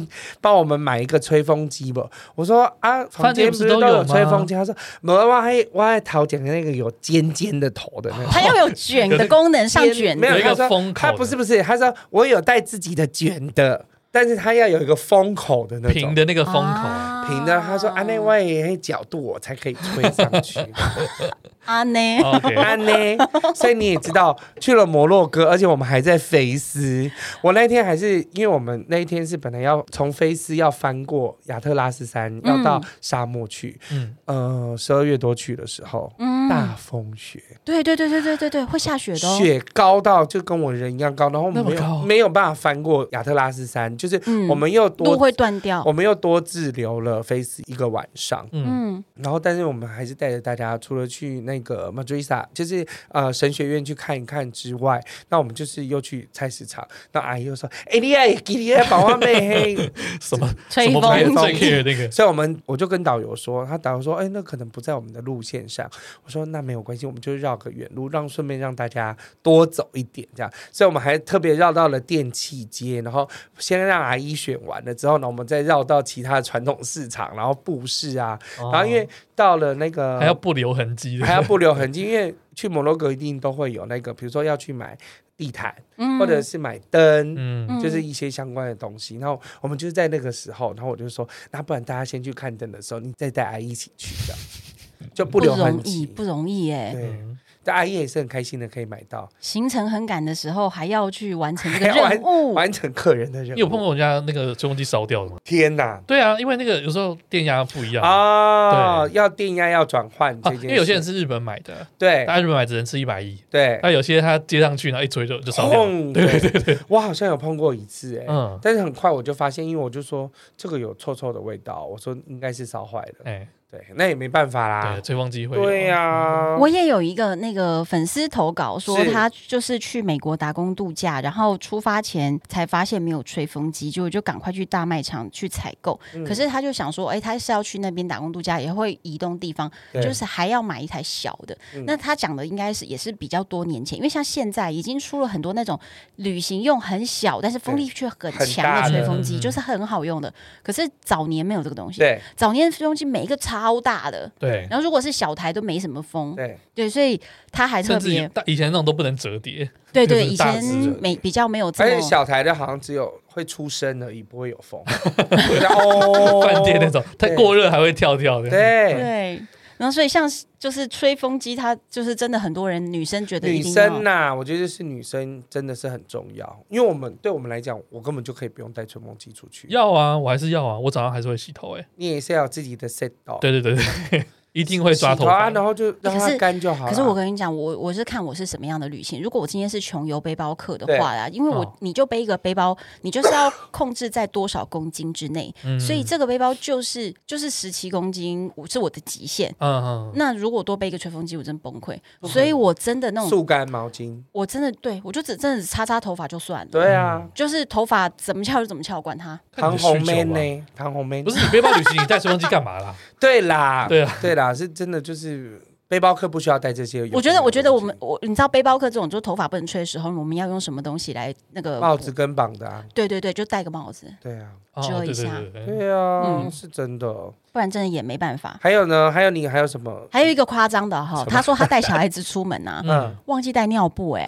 帮我们买一个吹风机不？”我说：“啊，饭房店间不是不是都都有有吗吹风机？”他说：“没有，我还我还讨讲的那个有尖尖的头的那个。”它 要有卷的功能，上卷没有有一的。个他说封口他的不是不是，他说我有带自己的卷的，但是他要有一个封口的那种平的那个风口，啊平的，他说哎安内外的角度我才可以吹上去， 啊呢，哦哦 OK，安内，所以你也知道去了摩洛哥，而且我们还在菲斯，我那天还是因为我们那一天是本来要从菲斯要翻过亚特拉斯山，嗯要到沙漠去，嗯，呃，十二月多去的时候，大嗯，风雪，对对对对对对对，会下雪的哦。雪高到就跟我人一样高，然后那么没高有没有办法翻过亚特拉斯山，就是嗯我们又多路会断掉我。们又多滞留了菲斯一个晚上。嗯嗯，然后，但是我们还是带着大家，除了去那个 Madrisa，就是呃神学院去看一看之外，那我们就是又去菜市场。那阿姨又说：“哎、你也给你来保温妹嘿。 什么吹什么风牌机最 care 那个”，所以，我们我就跟导游说，他导游说：“哎、那可能不在我们的路线上。”我说：“那没有关系，我们就绕个远路，让顺便让大家多走一点这样。”所以，我们还特别绕到了电器街，然后先让阿姨选完了之后呢，我们再绕到其他的传统市场，然后布市啊， 然后因为到了那个哦还要不留痕迹的， 还要不留痕迹，因为去摩洛哥一定都会有那个，比如说要去买地毯，嗯或者是买灯。嗯，嗯就是一些相关的东西，然后我们就是在那个时候，然后我就说，那不然大家先去看灯的时候，你再带阿姨一起去，这样 就不不留痕容易，迹。不容易哎。对，嗯但阿姨也是很开心的，可以买到行程很赶的时候，还要去完成这个 还要任务。完成客人的任务。你有碰过人家那个吹风机烧掉的吗？天哪对啊，因为那个有时候电压不一样啊，啊！要电压要转换这件事，哎因为有些人是日本买的，对大家日本买只能吃一百一，对，那有些他接上去，然后一吹就哦就烧掉了，碰对对对，我好像有碰过一次哎、嗯，但是很快我就发现，因为我就说这个有臭臭的味道，我说应该是烧坏了。哎，对，那也没办法啦对，。吹风机会有，嗯啊对呀、啊，我也有一个那个粉丝投稿说，是他就是去美国打工度假，然后出发前才发现没有吹风机，结果就赶快去大卖场去采购。嗯可是他就想说，哎、他是要去那边打工度假，也会移动地方，对就是还要买一台小的。嗯那他讲的应该是也是比较多年前，因为像现在已经出了很多那种旅行用很小，但是风力却很很强大的的吹风机，嗯就是很好用的。可是早年没有这个东西，对早年吹风机每一个超大的，对，然后如果是小台都没什么风，对，对，所以他还特甚至别有大以前那种都不能折叠，对就是对，以大前只的没比较没有这而且么。哎小台的好像只有会出声而已，不会有 风。我在哦，饭店那种，它对过热还会跳跳的，对。对，然后所以像是就是吹风机，它就是真的很多人女生觉得一女定要生呐、我觉得是女生真的是很重要，因为我们对我们来讲，我根本就可以不用带吹风机出去。要啊，我还是要啊，我早上还是会洗头哎、你也是要有自己的 set 到，对对对对， 一定会抓哦洗头头啊，发。然后就让可它是干就好了。可是我跟你讲，我我是看我是什么样的旅行。如果我今天是穷游背包客的话啦，因为我、嗯哦你就背一个背包，你就是要控制在多少公斤之内，嗯所以这个背包就是就是十七公斤，我是我的极限。嗯嗯，那如果多背一个吹风机，我真崩溃。所以我真的那种，嗯速干毛巾，我真的对我就只真的只擦擦头发就算了，对嗯啊，就是头发怎么翘就怎么翘，管它。看你唐的红需求 man 吧呢？唐红 man 不是你背包旅行，你带吹风机干嘛啦？对啦，对啊，对啦，是真的，就是背包客不需要带这些有的没的东我西。觉得，我觉得我们我你知道背包客这种，就是头发不能吹的时候，我们要用什么东西来那个帽子？跟绑的啊，对对对，就戴个帽子，对啊，哦遮对一下对对对对啊，嗯是真的。不然真的也没办法。还有呢？还有你还有什么？还有一个夸张的哈，他说他带小孩子出门 啊，嗯，忘记带尿布、哎，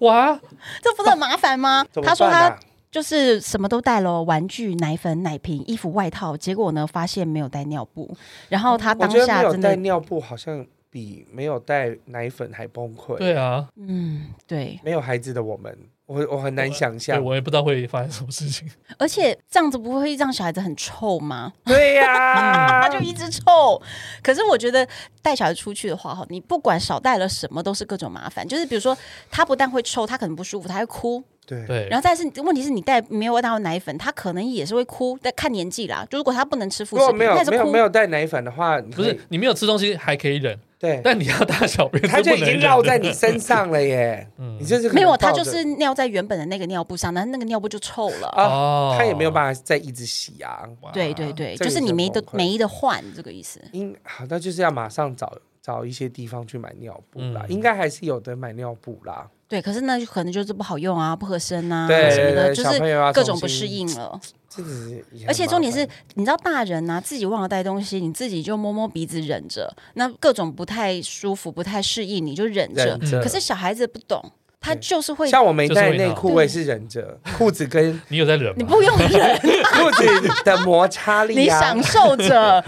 哇， 这不是很麻烦吗？ 怎么他说办他啊就是什么都带了，玩具、奶粉、奶瓶、衣服、外套，结果呢发现没有带尿布，然后他我当觉得没下有真带的，尿布好像比没有带奶粉还崩溃。对啊，嗯，对，没有孩子的我们，我我很难想对象。我也不知道会发生什么事情。而且这样子不会让小孩子很臭吗？对 呀，他就一直臭。可是我觉得带小孩出去的话，哈，你不管少带了什么，都是各种麻烦。就是比如说，他不但会臭，他可能不舒服，他会哭。对对，然后再是问题是你带没有带到奶粉，他可能也是会哭。但看年纪啦，就如果他不能吃如副食果品，没有那也没是有哭没。有带奶粉的话，你不可以是你没有吃东西还可以忍， 对，但你要大小便，它就已经绕绕在你身上了耶。你这是可能没有，他抱就着是尿在原本的那个尿布上，但那个尿布就臭了。啊，哦，他也没有办法再一直洗啊。法对对对，这就是个也你是没得崩溃没得换这个意思。应好，那就是要马上找找一些地方去买尿布啦，嗯应该还是有的买尿布啦。对，可是那就可能就是不好用啊，不合身啊，对什么的，对对就小朋友是要各种重不适新应了。这只是也很而且重点麻是烦，你知道大人呐、自己忘了带东西，你自己就摸摸鼻子忍着，那各种不太舒服、不太适应，你就忍着。忍着可是小孩子不懂，他对就是会，像我没就是带会闹内裤，我也是忍着裤子跟 你有在忍吗？你不用忍，裤子的摩擦你力啊 享。受着。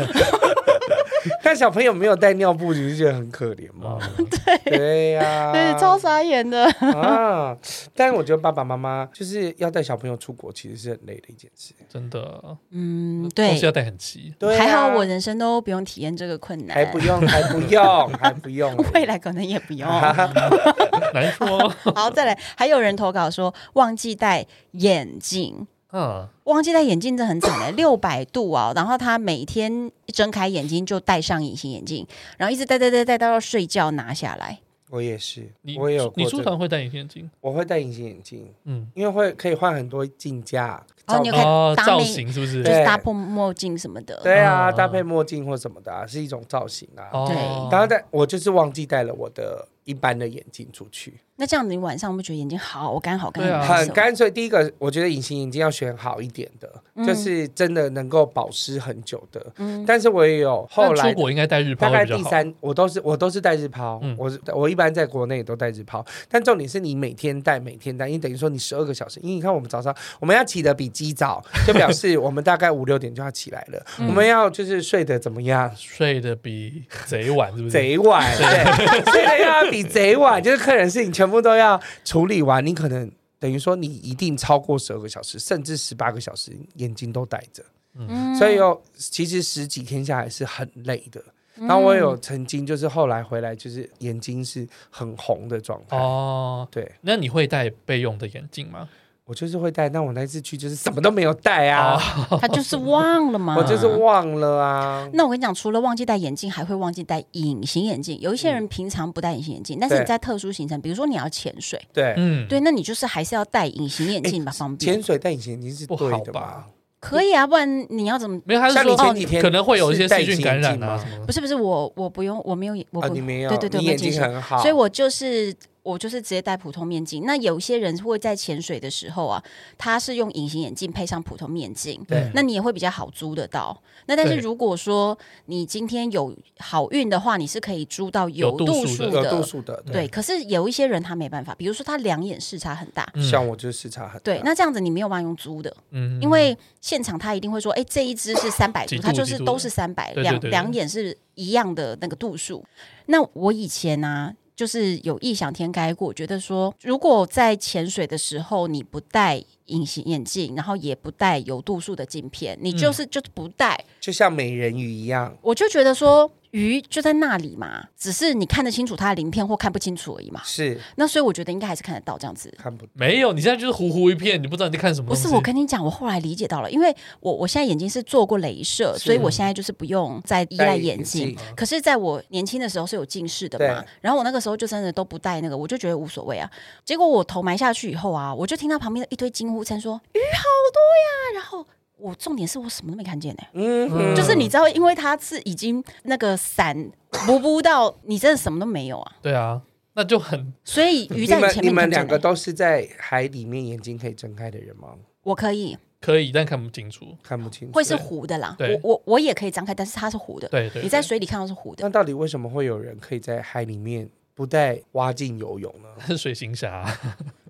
但小朋友没有带尿布，你就觉得很可怜哦嘛？嗯对 呀，对，超傻眼的。啊！但我觉得爸爸妈妈就是要带小朋友出国，其实是很累的一件事。真的，嗯，东对西。要带很齐。对啊，还好我人生都不用体验这个困难，。还不用，还不用，还不用 未来可能也不 用。难说。好，再来，还有人投稿说忘记戴眼镜。嗯，忘记戴眼镜，这很 惨的、欸六百度啊！然后他每天一睁开眼睛就戴上隐形眼镜，然后一直戴戴戴戴戴到睡觉拿下来。我也是你，我也有你过、这出个团会戴隐形眼镜？我会戴隐形眼镜，嗯，因为会可以换很多镜架。哦照你有看哦，搭造配型是不？就是是搭破墨镜什么的。对啊啊，搭配墨镜或什么的、啊，是一种造型啊。哦，然后但我就是忘记带了我的一般的眼镜出去，那这样子你晚上不觉得眼睛好干好干对啊难很受？干脆。第一个，我觉得隐形眼镜要选好一点的，嗯就是真的能够保湿很久的。嗯，但是我也有后但来出国应该戴日大抛概会比较第好。三，我都是我都是带日抛，嗯我是我一般在国内也都带日抛，但重点是你每天带每天带，因为等于说你十二个小时，因为你看我们早上我们要起得比鸡早，就表示我们大概五六点就要起来了，嗯我们要就是睡得怎么样？睡得比贼晚，是不是？ 贼晚，对，睡得要比贼晚，就是客人事情全部都要处理完，你可能等于说你一定超过十二个小时，甚至十八个小时，眼睛都戴着。嗯所以哦有其实十几天下来是很累的。然后我嗯有曾经就是后来回来就是眼睛是很红的状态。哦，对，那你会戴备用的眼镜吗？我就是会戴，但我那次去就是什么都没有戴啊，他就是忘了嘛。我就是忘了啊。那我跟你讲，除了忘记戴眼镜，还会忘记戴隐形眼镜。有一些人平常不戴隐形眼镜，但是你对在特殊行程，比如说你要潜水，对，嗯，对，那你就是还是要戴隐形眼镜吧，方便潜。水戴隐形眼镜是不对好的吧吧？可以啊，不然你要怎么？没有，他是像说你前几天可能会有一些是戴细菌隐形感染镜啊吗什么的。不是不是，我我不用，我没有眼，我哦，不你没有，对对对，你我没眼有近睛视很好，所以我就是我就是直接戴普通面镜。那有些人会在潜水的时候啊，他是用隐形眼镜配上普通面镜，对那你也会比较好租得到。那但是嗯对如果说你今天有好运的话，你是可以租到有度度数数的有度数的，对，可是有一些人他没办法，比如说他两眼视差很大。嗯啊像我就是视差很大对，那这样子你没有办法用租的，嗯因为现场他一定会说，哎、这一只是三百几度，度它就几是度都是三百，对对两对对两眼是一样的那个度数。那我以前呢、啊，就是有异想天开过，觉得说，如果在潜水的时候你不戴隐形眼镜，然后也不戴有度数的镜片，你嗯就是、就是不戴，就像美人鱼一样，我就觉得说。鱼就在那里嘛，只是你看得清楚它的鳞片或看不清楚而已嘛。是那所以我觉得应该还是看得到这样子。看不没有，你现在就是糊糊一片，你不知道你在看什么不东西。是，我跟你讲，我后来理解到了，因为我我现在眼睛是做过镭射，所以我现在就是不用再依赖眼戴镜眼。可是，在我年轻的时候是有近视的嘛对，然后我那个时候就真的都不戴那个，我就觉得无所谓啊。结果我头埋下去以后啊，我就听到旁边的一堆惊呼声说：“鱼好多呀！”然后我重点是我什么都没看见呢、嗯嗯哼，就是你知道，因为它是已经那个伞不不到，你真的什么都没有啊。对啊，那就很所以鱼你在们前你面们看两见的，个都是在海里面眼睛可以睁开的人吗？我可以可以，但看不清楚。看不清楚，会是糊的啦。对我我我也可以张开，但是它是糊的。对对你在水里看到是糊的那，到底为什么会有人可以在海里面不带蛙镜游泳呢？是水行侠啊、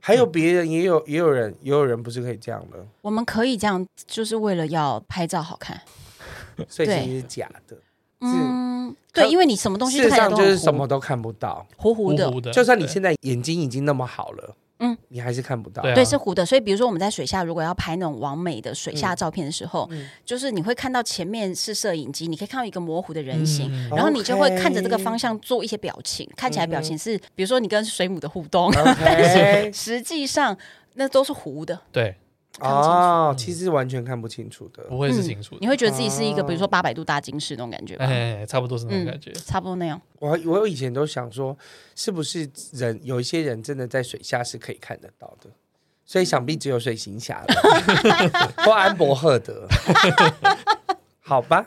还有别人也有也 有人也有人不是可以这样的，我们可以这样，就是为了要拍照好看。所以对其实是假的。嗯，对，因为你什么东西事实看起来都上就很是什糊么都看不到，糊糊的糊，糊的，就算你对现在眼睛已经那么好了，嗯嗯，你还是看不到。对啊对，是糊的。所以比如说我们在水下如果要拍那种完美的水嗯下照片的时候，就是你会看到前面是摄影机，你可以看到一个模糊的人形。嗯然后你就会 OK 嗯看着这个方向做一些表情，看起来表情是，比如说你跟水母的互动，哦 OK，实际上那都是糊的，对，看不清楚嗯哦，其实完全看不清楚的。不会是清楚的。嗯你会觉得自己是一个比如哦说八百度大近视那种感觉吧，哎，差不多是那种感觉。差不多那样。我我以前都想说，是不是人有一些人真的在水下是可以看得到的，所以想必只有水行侠了，或安博赫德。 好吧，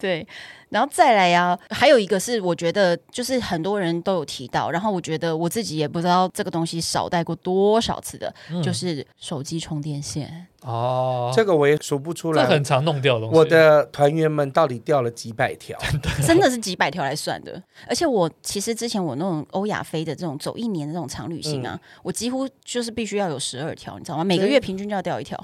对，然后再来呀、还有一个是我觉得就是很多人都有提到，然后我觉得我自己也不知道这个东西少带过多少次的，嗯就是手机充电线。嗯哦，这个我也数不出这来很。常弄掉的东西。我的团员们到底掉了几百条？真的是几百条来算的。而且我其实之前我那种欧亚非的这种走一年的这种长旅行啊，我几乎就是必须要有十二条，你知道吗？每个月平均就要掉一条。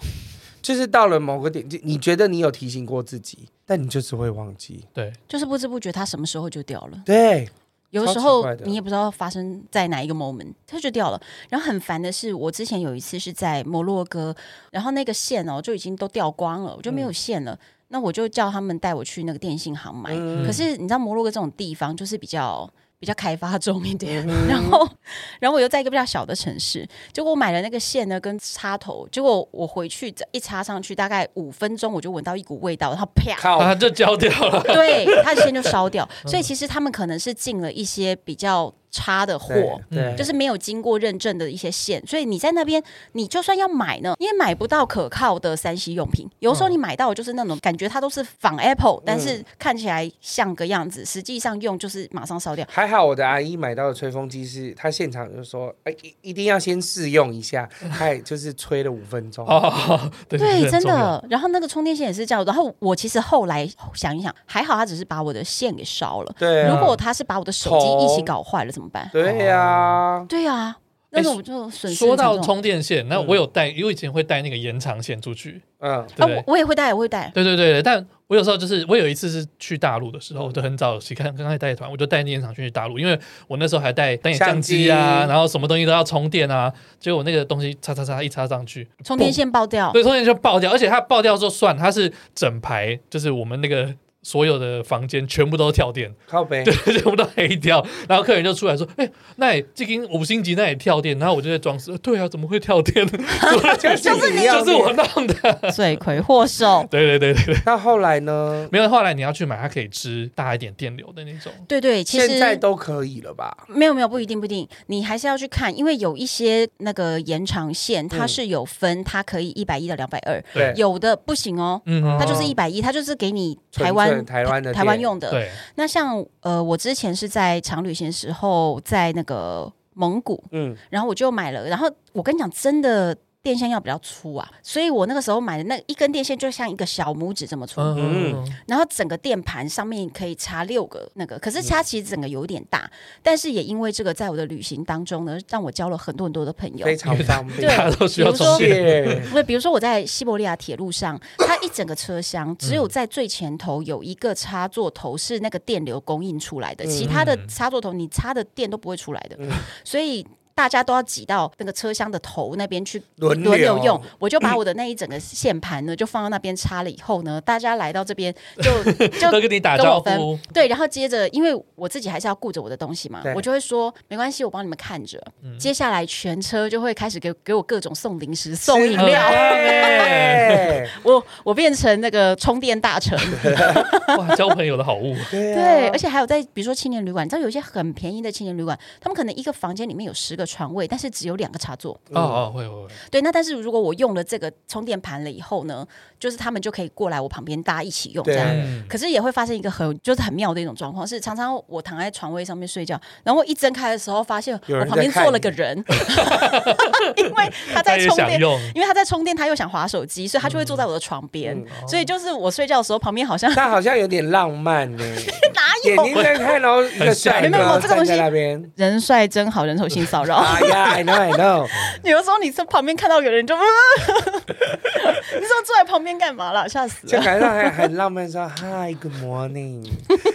就是到了某个点，就你觉得你有提醒过自己，但你就是会忘记。对，就是不知不觉，它什么时候就掉了。对，有的时超候奇怪的你也不知道发生在哪一个 moment，它就掉了。然后很烦的是，我之前有一次是在摩洛哥，然后那个线哦就已经都掉光了，我就没嗯有线了。那我就叫他们带我去那个电信行买。嗯可是你知道摩洛哥这种地方就是比较。比较开发中一嗯点， 然后，然后我又在一个比较小的城市，结果我买了那个线呢跟插头，结果我回去一插上去，大概五分钟我就闻到一股味道，然后啪，靠，啊，就焦掉 了。对，它的线就烧掉。嗯所以其实他们可能是进了一些比较差的货对。，对，就是没有经过认证的一些线，所以你在那边，你就算要买呢，你也买不到可靠的三 C 用品。有时候你买到的就是那种感觉它都是仿嗯 Apple，但是看起来像个样子，实际上用就是马上烧掉。还好我的阿姨买到的吹风机是，她现场就说，哎、一一定要先试用 一下，她也就是吹了五分钟。哦， 对对，真。这很重要的。然后那个充电线也是这样。然后我其实后来想一想，还好它只是把我的线给烧了。对啊如果它是把我的手机一起搞坏了怎么办？对呀、哦对啊，那种我就损失说惨到重充电线，那我有带，因为以前会带那个延长线出去，嗯，对啊，不对我我也会带，我会带。对对对对，但我有时候就是，我有一次是去大陆的时候，我就很早期看刚开始带团，我就带电场去大陆，因为我那时候还带单眼相机相啊，机然后什么东西都要充电啊，结果那个东西插插插一插上去，充电线爆掉， 对，充电就爆掉，而且它爆掉之后算它是整排，就是我们那个。所有的房间全部都跳电， 靠背对，全部都黑掉。然后客人就出来说：“哎、那也这跟五星级那也跳电。”然后我就在装死，呃对啊，怎么会跳电？ 就是你要就是我弄的。 罪魁祸首。对对对对对，那后来呢？没有。后来你要去买，它可以吃大一点电流的那种。对对，其现在实都可以了吧？没有没有不一定不一定，你还是要去看，因为有一些那个延长线嗯它是有分，它可以一百一到两百二，对对，有的不行哦。嗯，它它就是一百一，它就是给你纯粹台湾台湾的台湾店用的。对，那像呃，我之前是在长旅行的时候，在那个蒙古，嗯，然后我就买了。然后我跟你讲，真的电线要比较粗啊，所以我那个时候买的那一根电线就像一个小拇指这么粗，嗯，然后整个电盘上面可以插六个那个，可嗯是插其实整个有点大，但是也因为这个，在我的旅行当中呢，让我交了很多很多的朋友非。常方对便。大家都需比要如说充电，谢，不是，比如说我在西伯利亚铁路上，它一整个车厢只嗯有在最前头有一个插座头是那个电流供应出来的，嗯其他的插座头你插的电都不会出来的，所以。大家都要挤到那个车厢的头那边去轮流轮流用，我就把我的那一整个线盘呢就放到那边插了以后呢，大家来到这边就就都跟你打跟招我分呼，对，然后接着，因为我自己还是要顾着我的东西嘛对，嗯我就会说没关系，我帮你们看着。接下来全车就会开始给给我各种送零食、送饮很料，棒哎，对 我我变成那个充电大臣。哇，交朋友的好物，对，对啊而且还有在比如说青年旅馆，你知道有一些很便宜的青年旅馆，他们可能一个房间里面有十个床位，但是只有两个插座。哦哦，会会会，对，那但是如果我用了这个充电盘了以后呢，就是他们就可以过来我旁边，大家一起用这对样。嗯，可是也会发生一个很就是很妙的一种状况，是常常我躺在床位上面睡觉，然后我一睁开的时候，发现有我人旁边在看坐了个人， 因为他在也充想电，用，因为他在充电，他又想划手机，所以他就会坐在我的床边。嗯哦所以就是我睡觉的时候，旁边好像但好像有点浪漫呢。哪眼有睛在看，然后一个帅很像哎没有哥这个东西站在那 边。人帅真好，人丑性骚扰。哎呀，I know I know，有的时候你在旁边看到有人就， 你怎么坐在旁边干嘛啦？吓死 就了！感觉到很很浪漫，说 Hi，Good morning，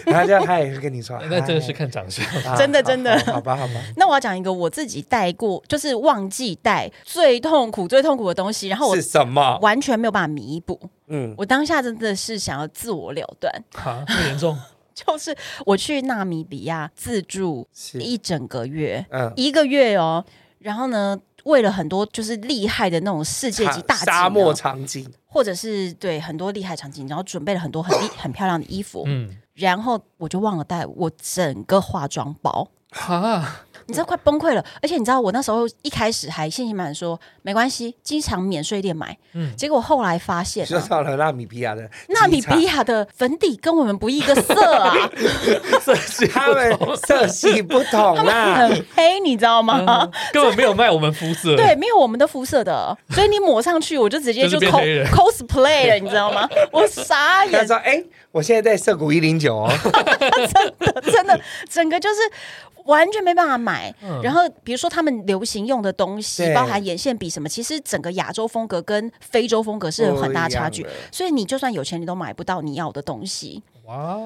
然后 就他也是跟 你说，那真的 "Hi 是看长相，啊真的好真的好好吧，好吧，那我要讲一个我自己带过，就是忘记带最痛苦、最痛苦的东西，然后我是什么？完全没有办法弥补。嗯，我当下真的是想要自我了断， 啊，那么严重，就是我去纳米比亚自助是，一整个月，嗯，一个月哦，然后呢，为了很多就是厉害的那种世界级大景啊沙漠场景，或者是对很多厉害场景，然后准备了很多很厉 很漂亮的衣服，嗯，然后我就忘了带我整个化妆包。啊，你知嗯道快崩溃了，而且你知道我那时候一开始还信心满满说没关系，经常免税店买。嗯结果后来发现、就啊，到了纳米比亚的纳米比机亚的粉底跟我们不一个色啊，色系场，他们色系不同啊 啦，很黑，你知道吗？根本没有卖我们肤色，对，没有我们的肤色的，所以你抹上去，我就直接就就是变 cos 黑人 cosplay 了，你知道吗？我傻他眼，说：“哎、我现在在涩谷一零九哦，真的，整个就是完全没办法买。嗯然后比如说他们流行用的东西，对包含眼线笔什么，其实整个亚洲风格跟非洲风格是有很大差距不一样，的所以你就算有钱，你都买不到你要的东西。哇，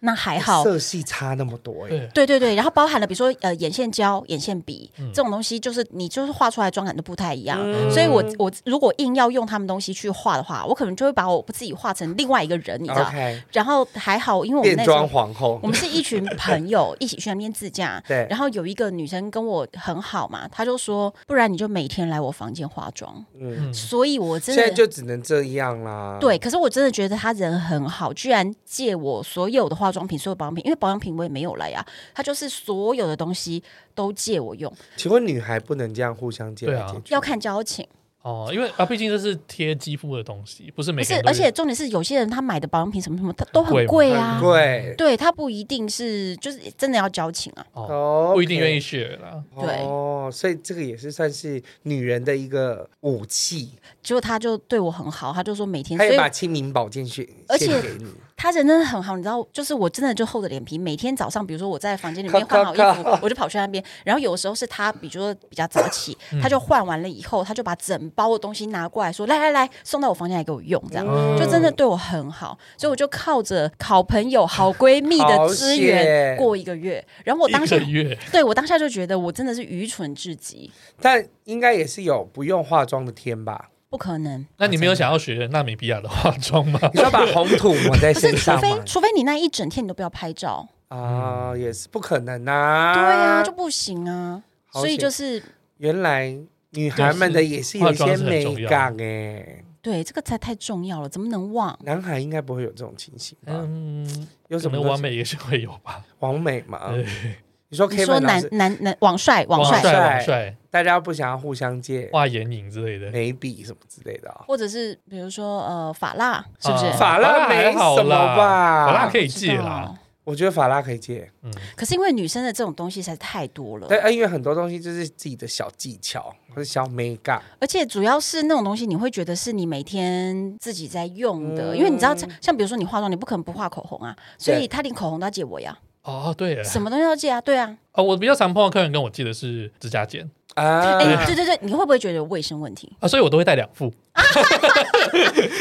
那还好，色系差那么多哎、对，对对对，然后包含了比如说呃眼线胶、眼线笔、嗯这种东西，就是你就是画出来妆感都不太一样。所以我我如果硬要用他们东西去画的话，我可能就会把我自己画成另外一个人，你知道。 OK，然后还好，因为我们变那时装候。皇后我，们是一群朋友 一起去那边自驾，对然后有一个女生跟我很好嘛，她就说，不然你就每天来我房间化妆。嗯，所以我真现的在就只能这样啦。对，，可是我真的觉得他人很好，居然借我所有的化妆品、所有保养品，因为保养品我也没有了呀。他就是所有的东西都借我用，请问女孩不能这样互相借对来啊借去？要看交情。哦，因为啊，毕竟这是贴肌肤的东西，不是不每是个人，都而且重点是有些人他买的保养品什么什么，他都贵很嘛贵啊。对对他不一定是，就是真的要交情啊。哦，哦，不一定愿意。学啦，对哦，所以这个也是算是女人的一个武器，结果他就对我很好，他就说每天，她嗯所也以把清明宝剑献而且献给你。他人真的很好，你知道，就是我真的就厚着脸皮，每天早上，比如说我在房间里面咔咔换好衣服，我就跑去那边。然后有的时候是他，比如说比较早起，嗯他就换完了以后，他就把整包的东西拿过来说：“来来来，送到我房间来给我用。”这样嗯就真的对我很好，所以我就靠着好朋 友、好闺蜜的支好援险过一个月。然后我当一下个，月， 对我当下就觉得我真的是愚蠢至极，但应该也是有不用化妆的天吧？不可能。那你没有想要学纳米比亚的化妆吗？你说把红土抹 在不是，身除上非吗？除非你那一整天你都不要拍照，啊、也是不可能啊。对呀、就不行啊。好所以险就是原来女孩们的也是有一啊些美感哎，对，这个才太重要了，怎么能忘？男孩应该不会有这种情形吧？嗯，有可什么能东西完美也是会有吧。完美嘛？对你说你说 Kevin 老男师，男男网帅网帅帅，网帅，大家不想要互相借画眼影之类的，眉笔什么之类的哦啊、或者是比如说呃法拉，是不是？啊法拉还好没什么啦吧法拉可以不知借道啦，嗯我觉得法拉可以借，可是因为女生的这种东西实在是太多了，但啊因为很多东西就是自己的小技巧或者小美感，而且主要是那种东西，你会觉得是你每天自己在用的，因为你知道，像像比如说你化妆，你不可能不画口红啊，所以对他连口红都要借我呀，哦，对耶，什么东西都要借啊，对啊，哦，我比较常碰到客人跟我借的是指甲剪啊，哎、对对对，你会不会觉得有卫生问题？啊，所以我都会带两副，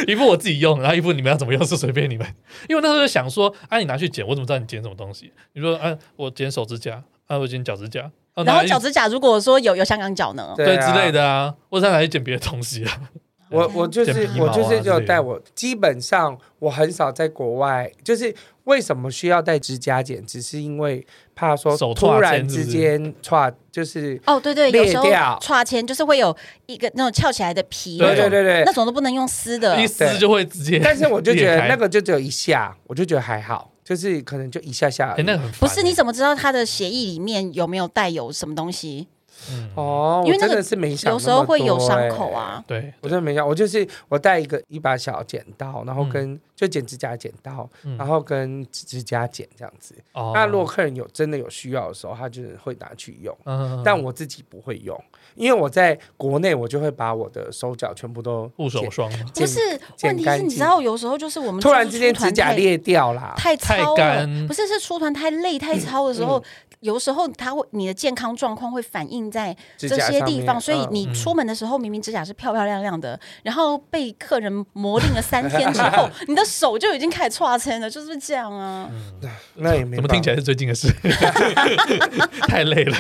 一副我自己用，然后一副你们要怎么用是随便你们。因为我那时候就想说，啊，你拿去剪，我怎么知道你剪什么东西？你说，啊，我剪手指甲，啊，我剪脚趾甲，啊、然拿后来脚趾甲如果说有有香港脚呢，对啊之类。的啊，或者拿去剪别的东西啊。我我就剪是皮毛我啊就是之类就的带我，基本上我很少在国外，就是为什么需要带指甲剪，只是因为怕说手突歘然间是之不是间歘就是。哦，对对，有裂时候掉刷签就是会有一个那种翘起来的皮，对对对对对 那，种都不能用撕的一。撕就会直接裂开。但是我就觉得那个就只有一下，我就觉得还好，就是可能就一下下而已。哎，那个很烦不是，你怎么知道他的协议里面有没有带有什么东西？嗯哦，因为我那真个的是没想那有么时候会有多伤欸口。啊。对，我真的没想，我就是我带一个一把小剪刀，然后跟、就剪指甲剪刀，嗯然后跟指甲剪这样子。哦那如果客人有真的有需要的时候，他就是会拿去用。嗯，但我自己不会用，因为我在国内，我就会把我的手脚全部都护手剪霜嘛不剪是，剪问题干是你净知道，有时候就是我们突然出之间出团指甲太裂啊掉啦。太太糙了，干不是是出团太累太糙的时嗯候，有时候它会你的健康状况会反映在指这甲些上地面方，所以嗯你出门的时候明明指甲是漂漂亮亮的，然后被客人磨定了三天之 后，你的手就已经开始搓针了，就是这样啊。那也没怎么听起来来是最近的 事？太累了。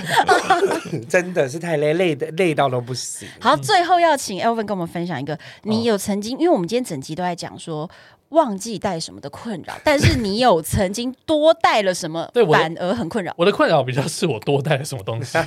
真的是太累，累的累到都不行。嗯好，最后要请 Elvin 跟我们分享一哦个，你有曾经，因为我们今天整集都在讲说。忘记带什么的困扰， 但是你有曾经多带了什么对，我反而很困扰。我的困扰比较是我多带了什么东 西，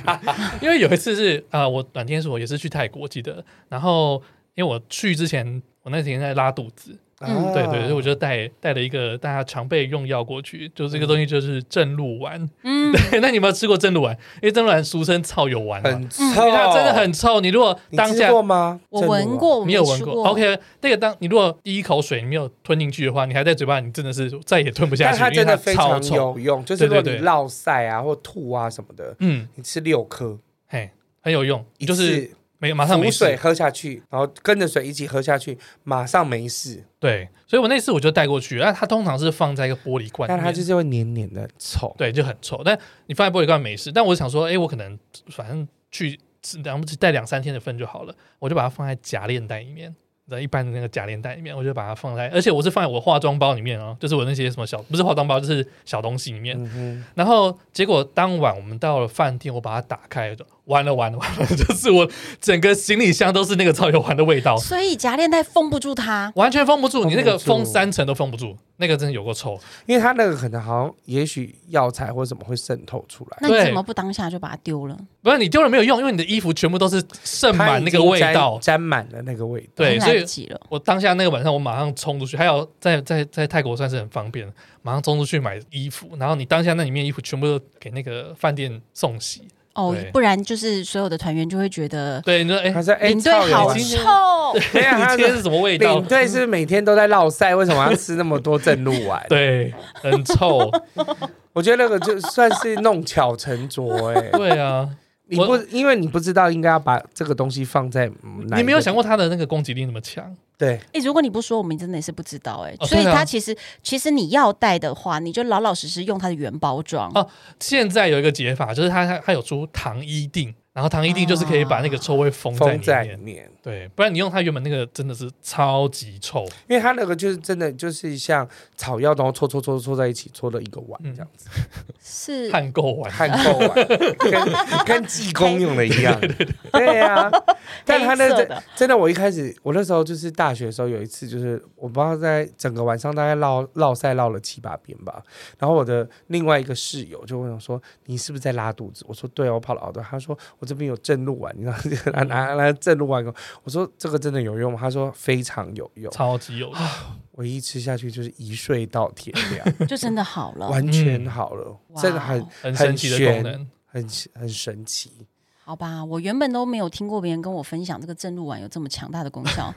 因为有一次是啊、呃我短天数我也是去泰国，我记得，然后因为我去之前，我那几天在拉肚子，嗯啊对对，所以我就带带了一个大家常备用药过去，就是这个东西就是正露丸，嗯， 对，那你有没有吃过正露丸？因为正露丸俗称草油丸嘛，很臭，嗯因为它真的很臭，你如果你当吃下过吗？我真的闻吗，过，我你没有闻吃过？OK，那个当你如果第一口水你没有吞进去的话，你还在嘴巴，你真的是再也吞不下但去，它因为真它的非超常臭，有用，就是如果对你对对落晒啊或吐啊什么的，嗯，你吃六颗，嘿，很有用，一就是次没马上没浮事水。喝下去，然后跟着水一起喝下去，马上没事。对，所以我那次我就带过去，那它通常是放在一个玻璃罐里但面，它就是会黏黏的臭。对就很臭。但你放在玻璃罐没事，但我想说，哎、我可能反正去两只带两三天的份就好了，我就把它放在夹链袋里面。在一般的那个夹链袋里面，我就把它放在，而且我是放在我化妆包里面哦，就是我那些什么小，不是化妆包，就是小东西里面。嗯哼，然后结果当晚我们到了饭店，我把它打开，就完了完了完了， 就是我整个行李箱都是那个超油环的味道。所以夹链带封不住它。完全封不住，你那个封不住封三层都封不住，那个真的有够臭。因为它那个可能好像也许药材或什么会渗透出来，那你对怎么不当下就把它丢了？不是你丢了没有用，因为你的衣服全部都是渗它满已那经个味道沾。沾满了那个味道。对，已经所来不以及了。我当下那个晚上，我马上冲出去，还有在在在泰国算是很方便，马上冲出去买衣服，然后你当下那里面衣服全部都给那个饭店送洗。哦对，不然就是所有的团员就会觉得对，你说哎他，说：“哎，领队操有好啊今天臭。对啊，他 你今天说是什么味道领？队是不是每天都在落晒，为什么要吃那么多正露丸？ 对，很 臭。我觉得那个就算是弄巧 成拙哎、对啊，你不因为你不知道应该要把这个东西放在、嗯哪一个你没有想过它的那个攻击力那么强。对哎、如果你不说，我们真的也是不知道哎、哦所以对啊它其实其实你要带的话，你就老老实实用它的原包装。哦现在有一个解法，就是它它它有出糖衣定，然后糖衣定就是可以把那个臭味封在封在里里面。面，对，不然你用它原本那个真的是超级臭。因为它那个就是真的就是像草药，然后搓搓搓搓在一起搓了一个碗嗯这样子，是汗垢完，汗臭碗，跟跟济公用的一样，对啊。但它那黑色个的真的，我一开始我那时候就是大学的时候有一次，就是我不知道在整个晚上大概绕绕赛绕了七八遍吧，然后我的另外一个室友就问我说：“你是不是在拉肚子？”我说：“对啊，我跑了好多。”他说：“我这边有正露丸，你知道 拿拿拿正露丸给我。”啊我说：“这个真的有用吗？”他说：“非常有用。超级有用。”我一吃下去就是一睡到天亮，就真的好了。完全好了，嗯哇哦真的很很神奇的功能。很很神奇。好吧，我原本都没有听过别人跟我分享这个正露丸有这么强大的功 效，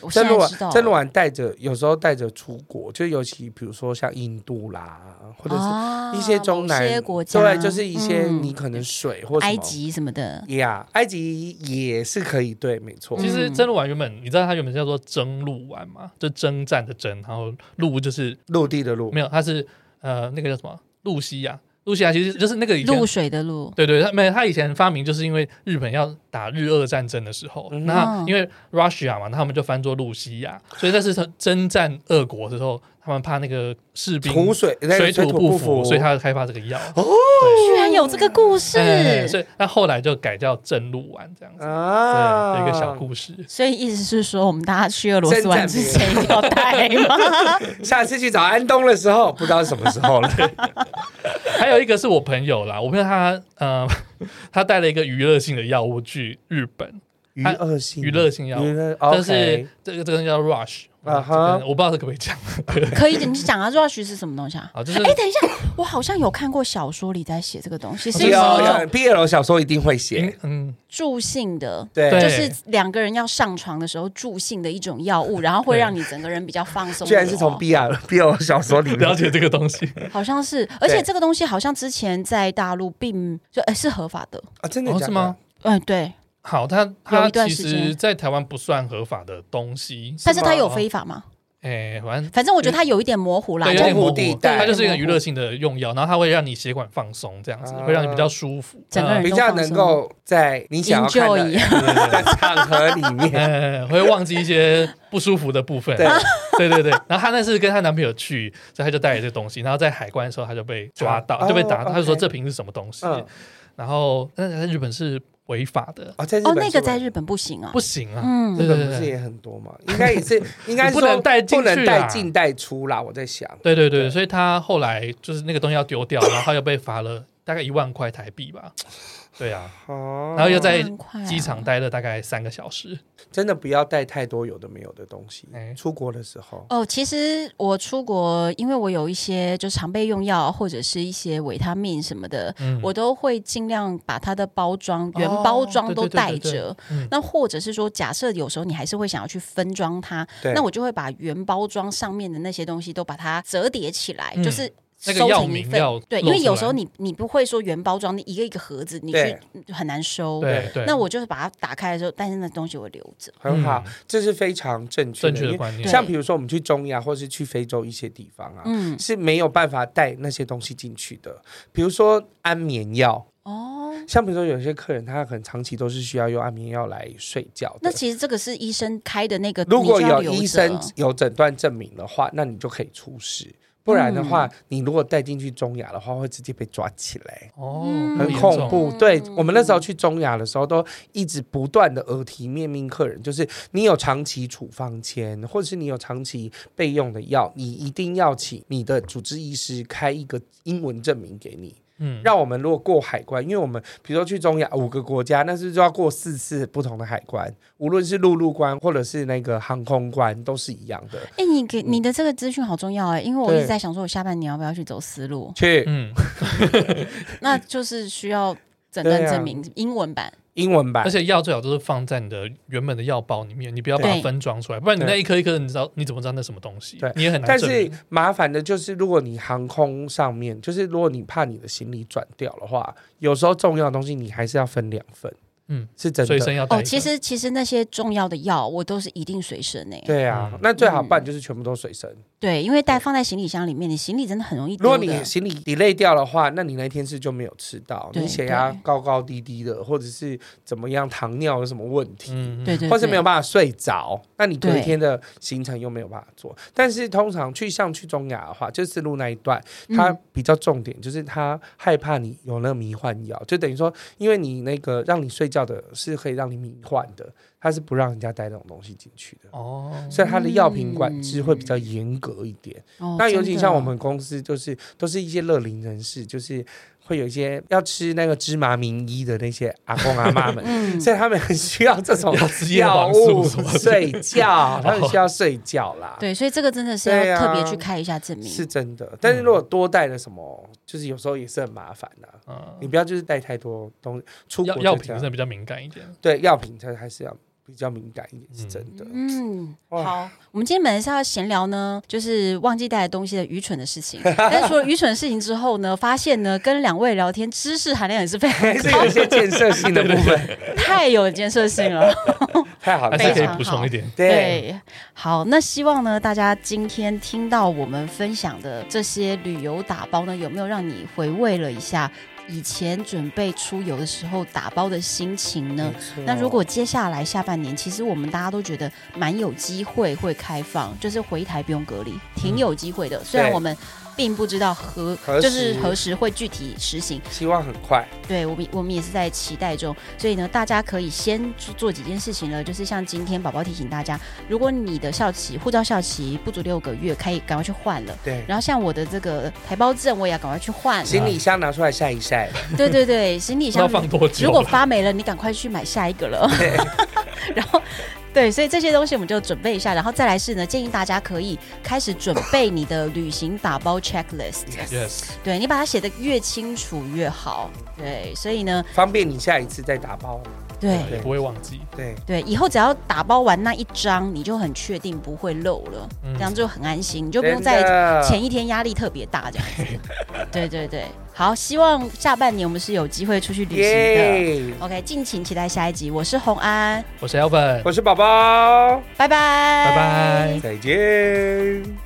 我现正露在知道丸，正露了丸带着有时候带着出国，就尤其比如说像印度啦，或者是啊一些中南、某些国家，对，就是一些嗯你可能水或什么埃及什么的，呀埃及也是可以，对，没错。其实嗯真鹿丸原本，你知道它原本叫做争鹿丸嘛？就征战的征，然后鹿就是陆地的陆没有，它是呃那个叫什么露西亚，露西亚其实就是那个以前露水的露，对对，他没有他以前发明就是因为日本要打日俄战争的时候，嗯那因为 Russia 嘛，那他们就翻作露西亚，所以那是征战俄国的时候，他们怕那个士兵土水水土不服，服，所以他开发这个药。哦对，居然有这个故事，哎所以那后来就改叫正露丸这样子，啊对，有一个小故事。所以意思是说，我们大家去俄罗斯玩之前要带 吗？下次去找安东的时候，不知道是什么时候了。还有一个是我朋友啦，我朋友他呃， 他带了一个娱乐性的药物去日本，娱乐性，娱乐性药物娱乐，但 OK 是这个这个东西叫 Rush，啊哈我不知道这可不可以讲 可以，你讲啊，rush 是什么东西啊？啊，就是哎、等一下，我好像有看过小说里在写这个哦东西，是有一种啊有 BL 呃小说一定会嗯写，嗯，助兴的。对对就是两个人要上床的时候助兴的一种药 物，然后会让你整个人比较放松。哦居然是从 BL BL 小说里嗯了面。解这个东西。好像是，而且这个东西好像之前在大陆并就哎、是合法的。啊，真的哦，假是的吗？？嗯，对，好， 它它一段其时间实，在台湾不算合法的东西，但是它有吗非法吗？哎，反正反正我嗯觉得它有一点模糊啦对，有这就点模糊糊地带它就是一个对娱乐性的用药，然后它会让你血管放松，这样子啊会让你比较舒服，整个人比较能够在你想要看 Enjoy 的 在场合里 面，呃，会忘记一些不舒服的部分。对，对对对，然后她那次跟她男朋友去，所以她就带了这东西，然后在海关的时候她就被抓哦到，就被打， OK 她就说这瓶是什么东西，嗯，然后但是在日本是违法的，哦，在日哦，本那是个不在日本不行啊。不行啊，嗯日对本对不对是对。也很多嘛？应该也 是，应该你不说能带进不能去带啦进啊带出啦。我在想，对对对对，所以他后来就是那个东西要丢掉，然后他又被罚了大概一万块台币吧。对啊，哦，然后又在很快啊机场待了大概三个小时。真的不要带太多有的没有的东西哎。出国的时候，哦，其实我出国，因为我有一些就常备用药啊或者是一些维他命什么的，嗯，我都会尽量把它的包装原哦包装对都对对带对对着。嗯那或者是说，假设有时候你还是会想要去分装它，对，那我就会把原包装上面的那些东西都把它折叠起来，嗯就是。那个收药成一名份要对，露因为出有时来候你你不会说原包装，你一个一个盒子，你对去很难收。对对，那我就是把它打开的时候，但是那东西我留着。很好嗯，这是非常正确正的确因的为观念对像比如说我们去中亚或是去非洲一些地方啊，嗯，是没有办法带那些东西进去的。比如说安眠药，哦，像比如说有些客人他很长期都是需要用安眠药来睡觉的。那其实这个是医生开的那个，如果呃你就要有留医着生有诊断证明的话，那你就可以出示。不然的嗯话，你如果带进去中亚的话，会直接被抓起来，哦，嗯那么很严恐重怖。嗯对我们那时候去中亚的时候，都一直不断的耳提面命客人，就是你有长期处方签，或者是你有长期备用的药，你一定要请你的主治医师开一个英文证明给你，嗯，让我们如果过海关，因为我们比如说去中亚五个国家，那是就要过四次不同的海关，无论是陆路关或者是那个航空关，都是一样的。哎、你给你的这个资讯好重要哎、因为我一嗯对，直在想说，我下半年要不要去走丝路去嗯，那就是需要诊断对啊证明、英文版。英文版而，且药最好都是放在你的原本的药包里面，你不要把对它分装出来，不然你对那一颗一颗，你知道你怎么知道那什么东西对？你也很难但证是明。麻烦的就是，如果你航空上面，就是如果你怕你的行李转掉的话，有时候重要的东西你还是要分两份，嗯，是真随的。身要带一哦，个。其实其实那些重要的药，我都是一定随身哎、对啊，嗯那最好办就是全部都随身。对，因为带放在行李箱里面，你行李真的很容易如丢果的你。行李 delay 掉的话，那你那天是就没有吃到，对你血压对高高低低的，或者是怎么样，糖尿有什么问题，嗯，嗯，对对，或是对没有办法睡着，那你隔对一天的行程又没有办法做。但是通常去像去中亚的话，就是路那一段，它嗯比较重点就是它害怕你有那个迷幻药，就等于说，因为你那个让你睡觉的是可以让你迷幻的，它是不让人家带那种东西进去的。嗯哦，所以它的药品管制会比较严格一点，哦那尤其真的像我们公司，就是都是一些乐龄人士，就是会有一些要吃那个芝麻名医的那些阿公阿妈们， 嗯，所以他们很需要这种要吃叶哦药黄素物什么的 睡觉，他们需要睡觉啦。对，所以这个真的是对要啊特别去开一下证明。是真的，但是如果多带了什么，就是有时候也是很麻烦的、嗯你不要就是带太多东西，出国药就药这品样真的比较敏感一点。对药品，它还是要比较敏感一点，是真的。嗯，哇好，我们今天本来是要闲聊呢，就是忘记带来东西的愚蠢的事 情。但是除了愚蠢的事情之后呢，发现呢，跟两位聊天知识含量也是非常还 是有一些建设性的部分，太有建设性了。太好了，还太是好可以了。补充一点。 对，好，那希望呢，大家今天听到我们分享的这些旅游打包呢，有没有让你回味了一下以前准备出游的时候打包的心情呢？没错那如果接下来下半年，其实我们大家都觉得蛮有机会会开放，就是回台不用隔离，挺有机会的。虽然我们并不知道何嗯何就是时何时会具体实行，希望很快，对我们我们也是在期待中。所以呢，大家可以先做做几件事情呢，就是像今天宝宝提醒大家，如果你的校期护照校期不足六个月，可以赶快去换了。对，然后像我的这个台胞证，我也要赶快去换了。行李箱拿出来晒一 晒，对对对，行李不知道箱放多久啊如果了？发霉了，你赶快去买下一个了。 然后，对，所以这些东西我们就准备一下，然后再来是呢，建议大家可以开始准备你的旅行打包 checklist，嗯 Yes，对你把它写的越清楚越好。对，所以呢，方便你下一次再打包。对也不会忘记。对，对，以后只要打包完那一张，你就很确定不会漏了，嗯这样就很安心，你就就不用再前一一天压力特别大这样子。对对对，好，希望下半年我们是有机会出去旅行的。耶， OK，敬请期待下一集。我是红安，我是 Alvin，我是宝宝，拜拜，拜拜。再见。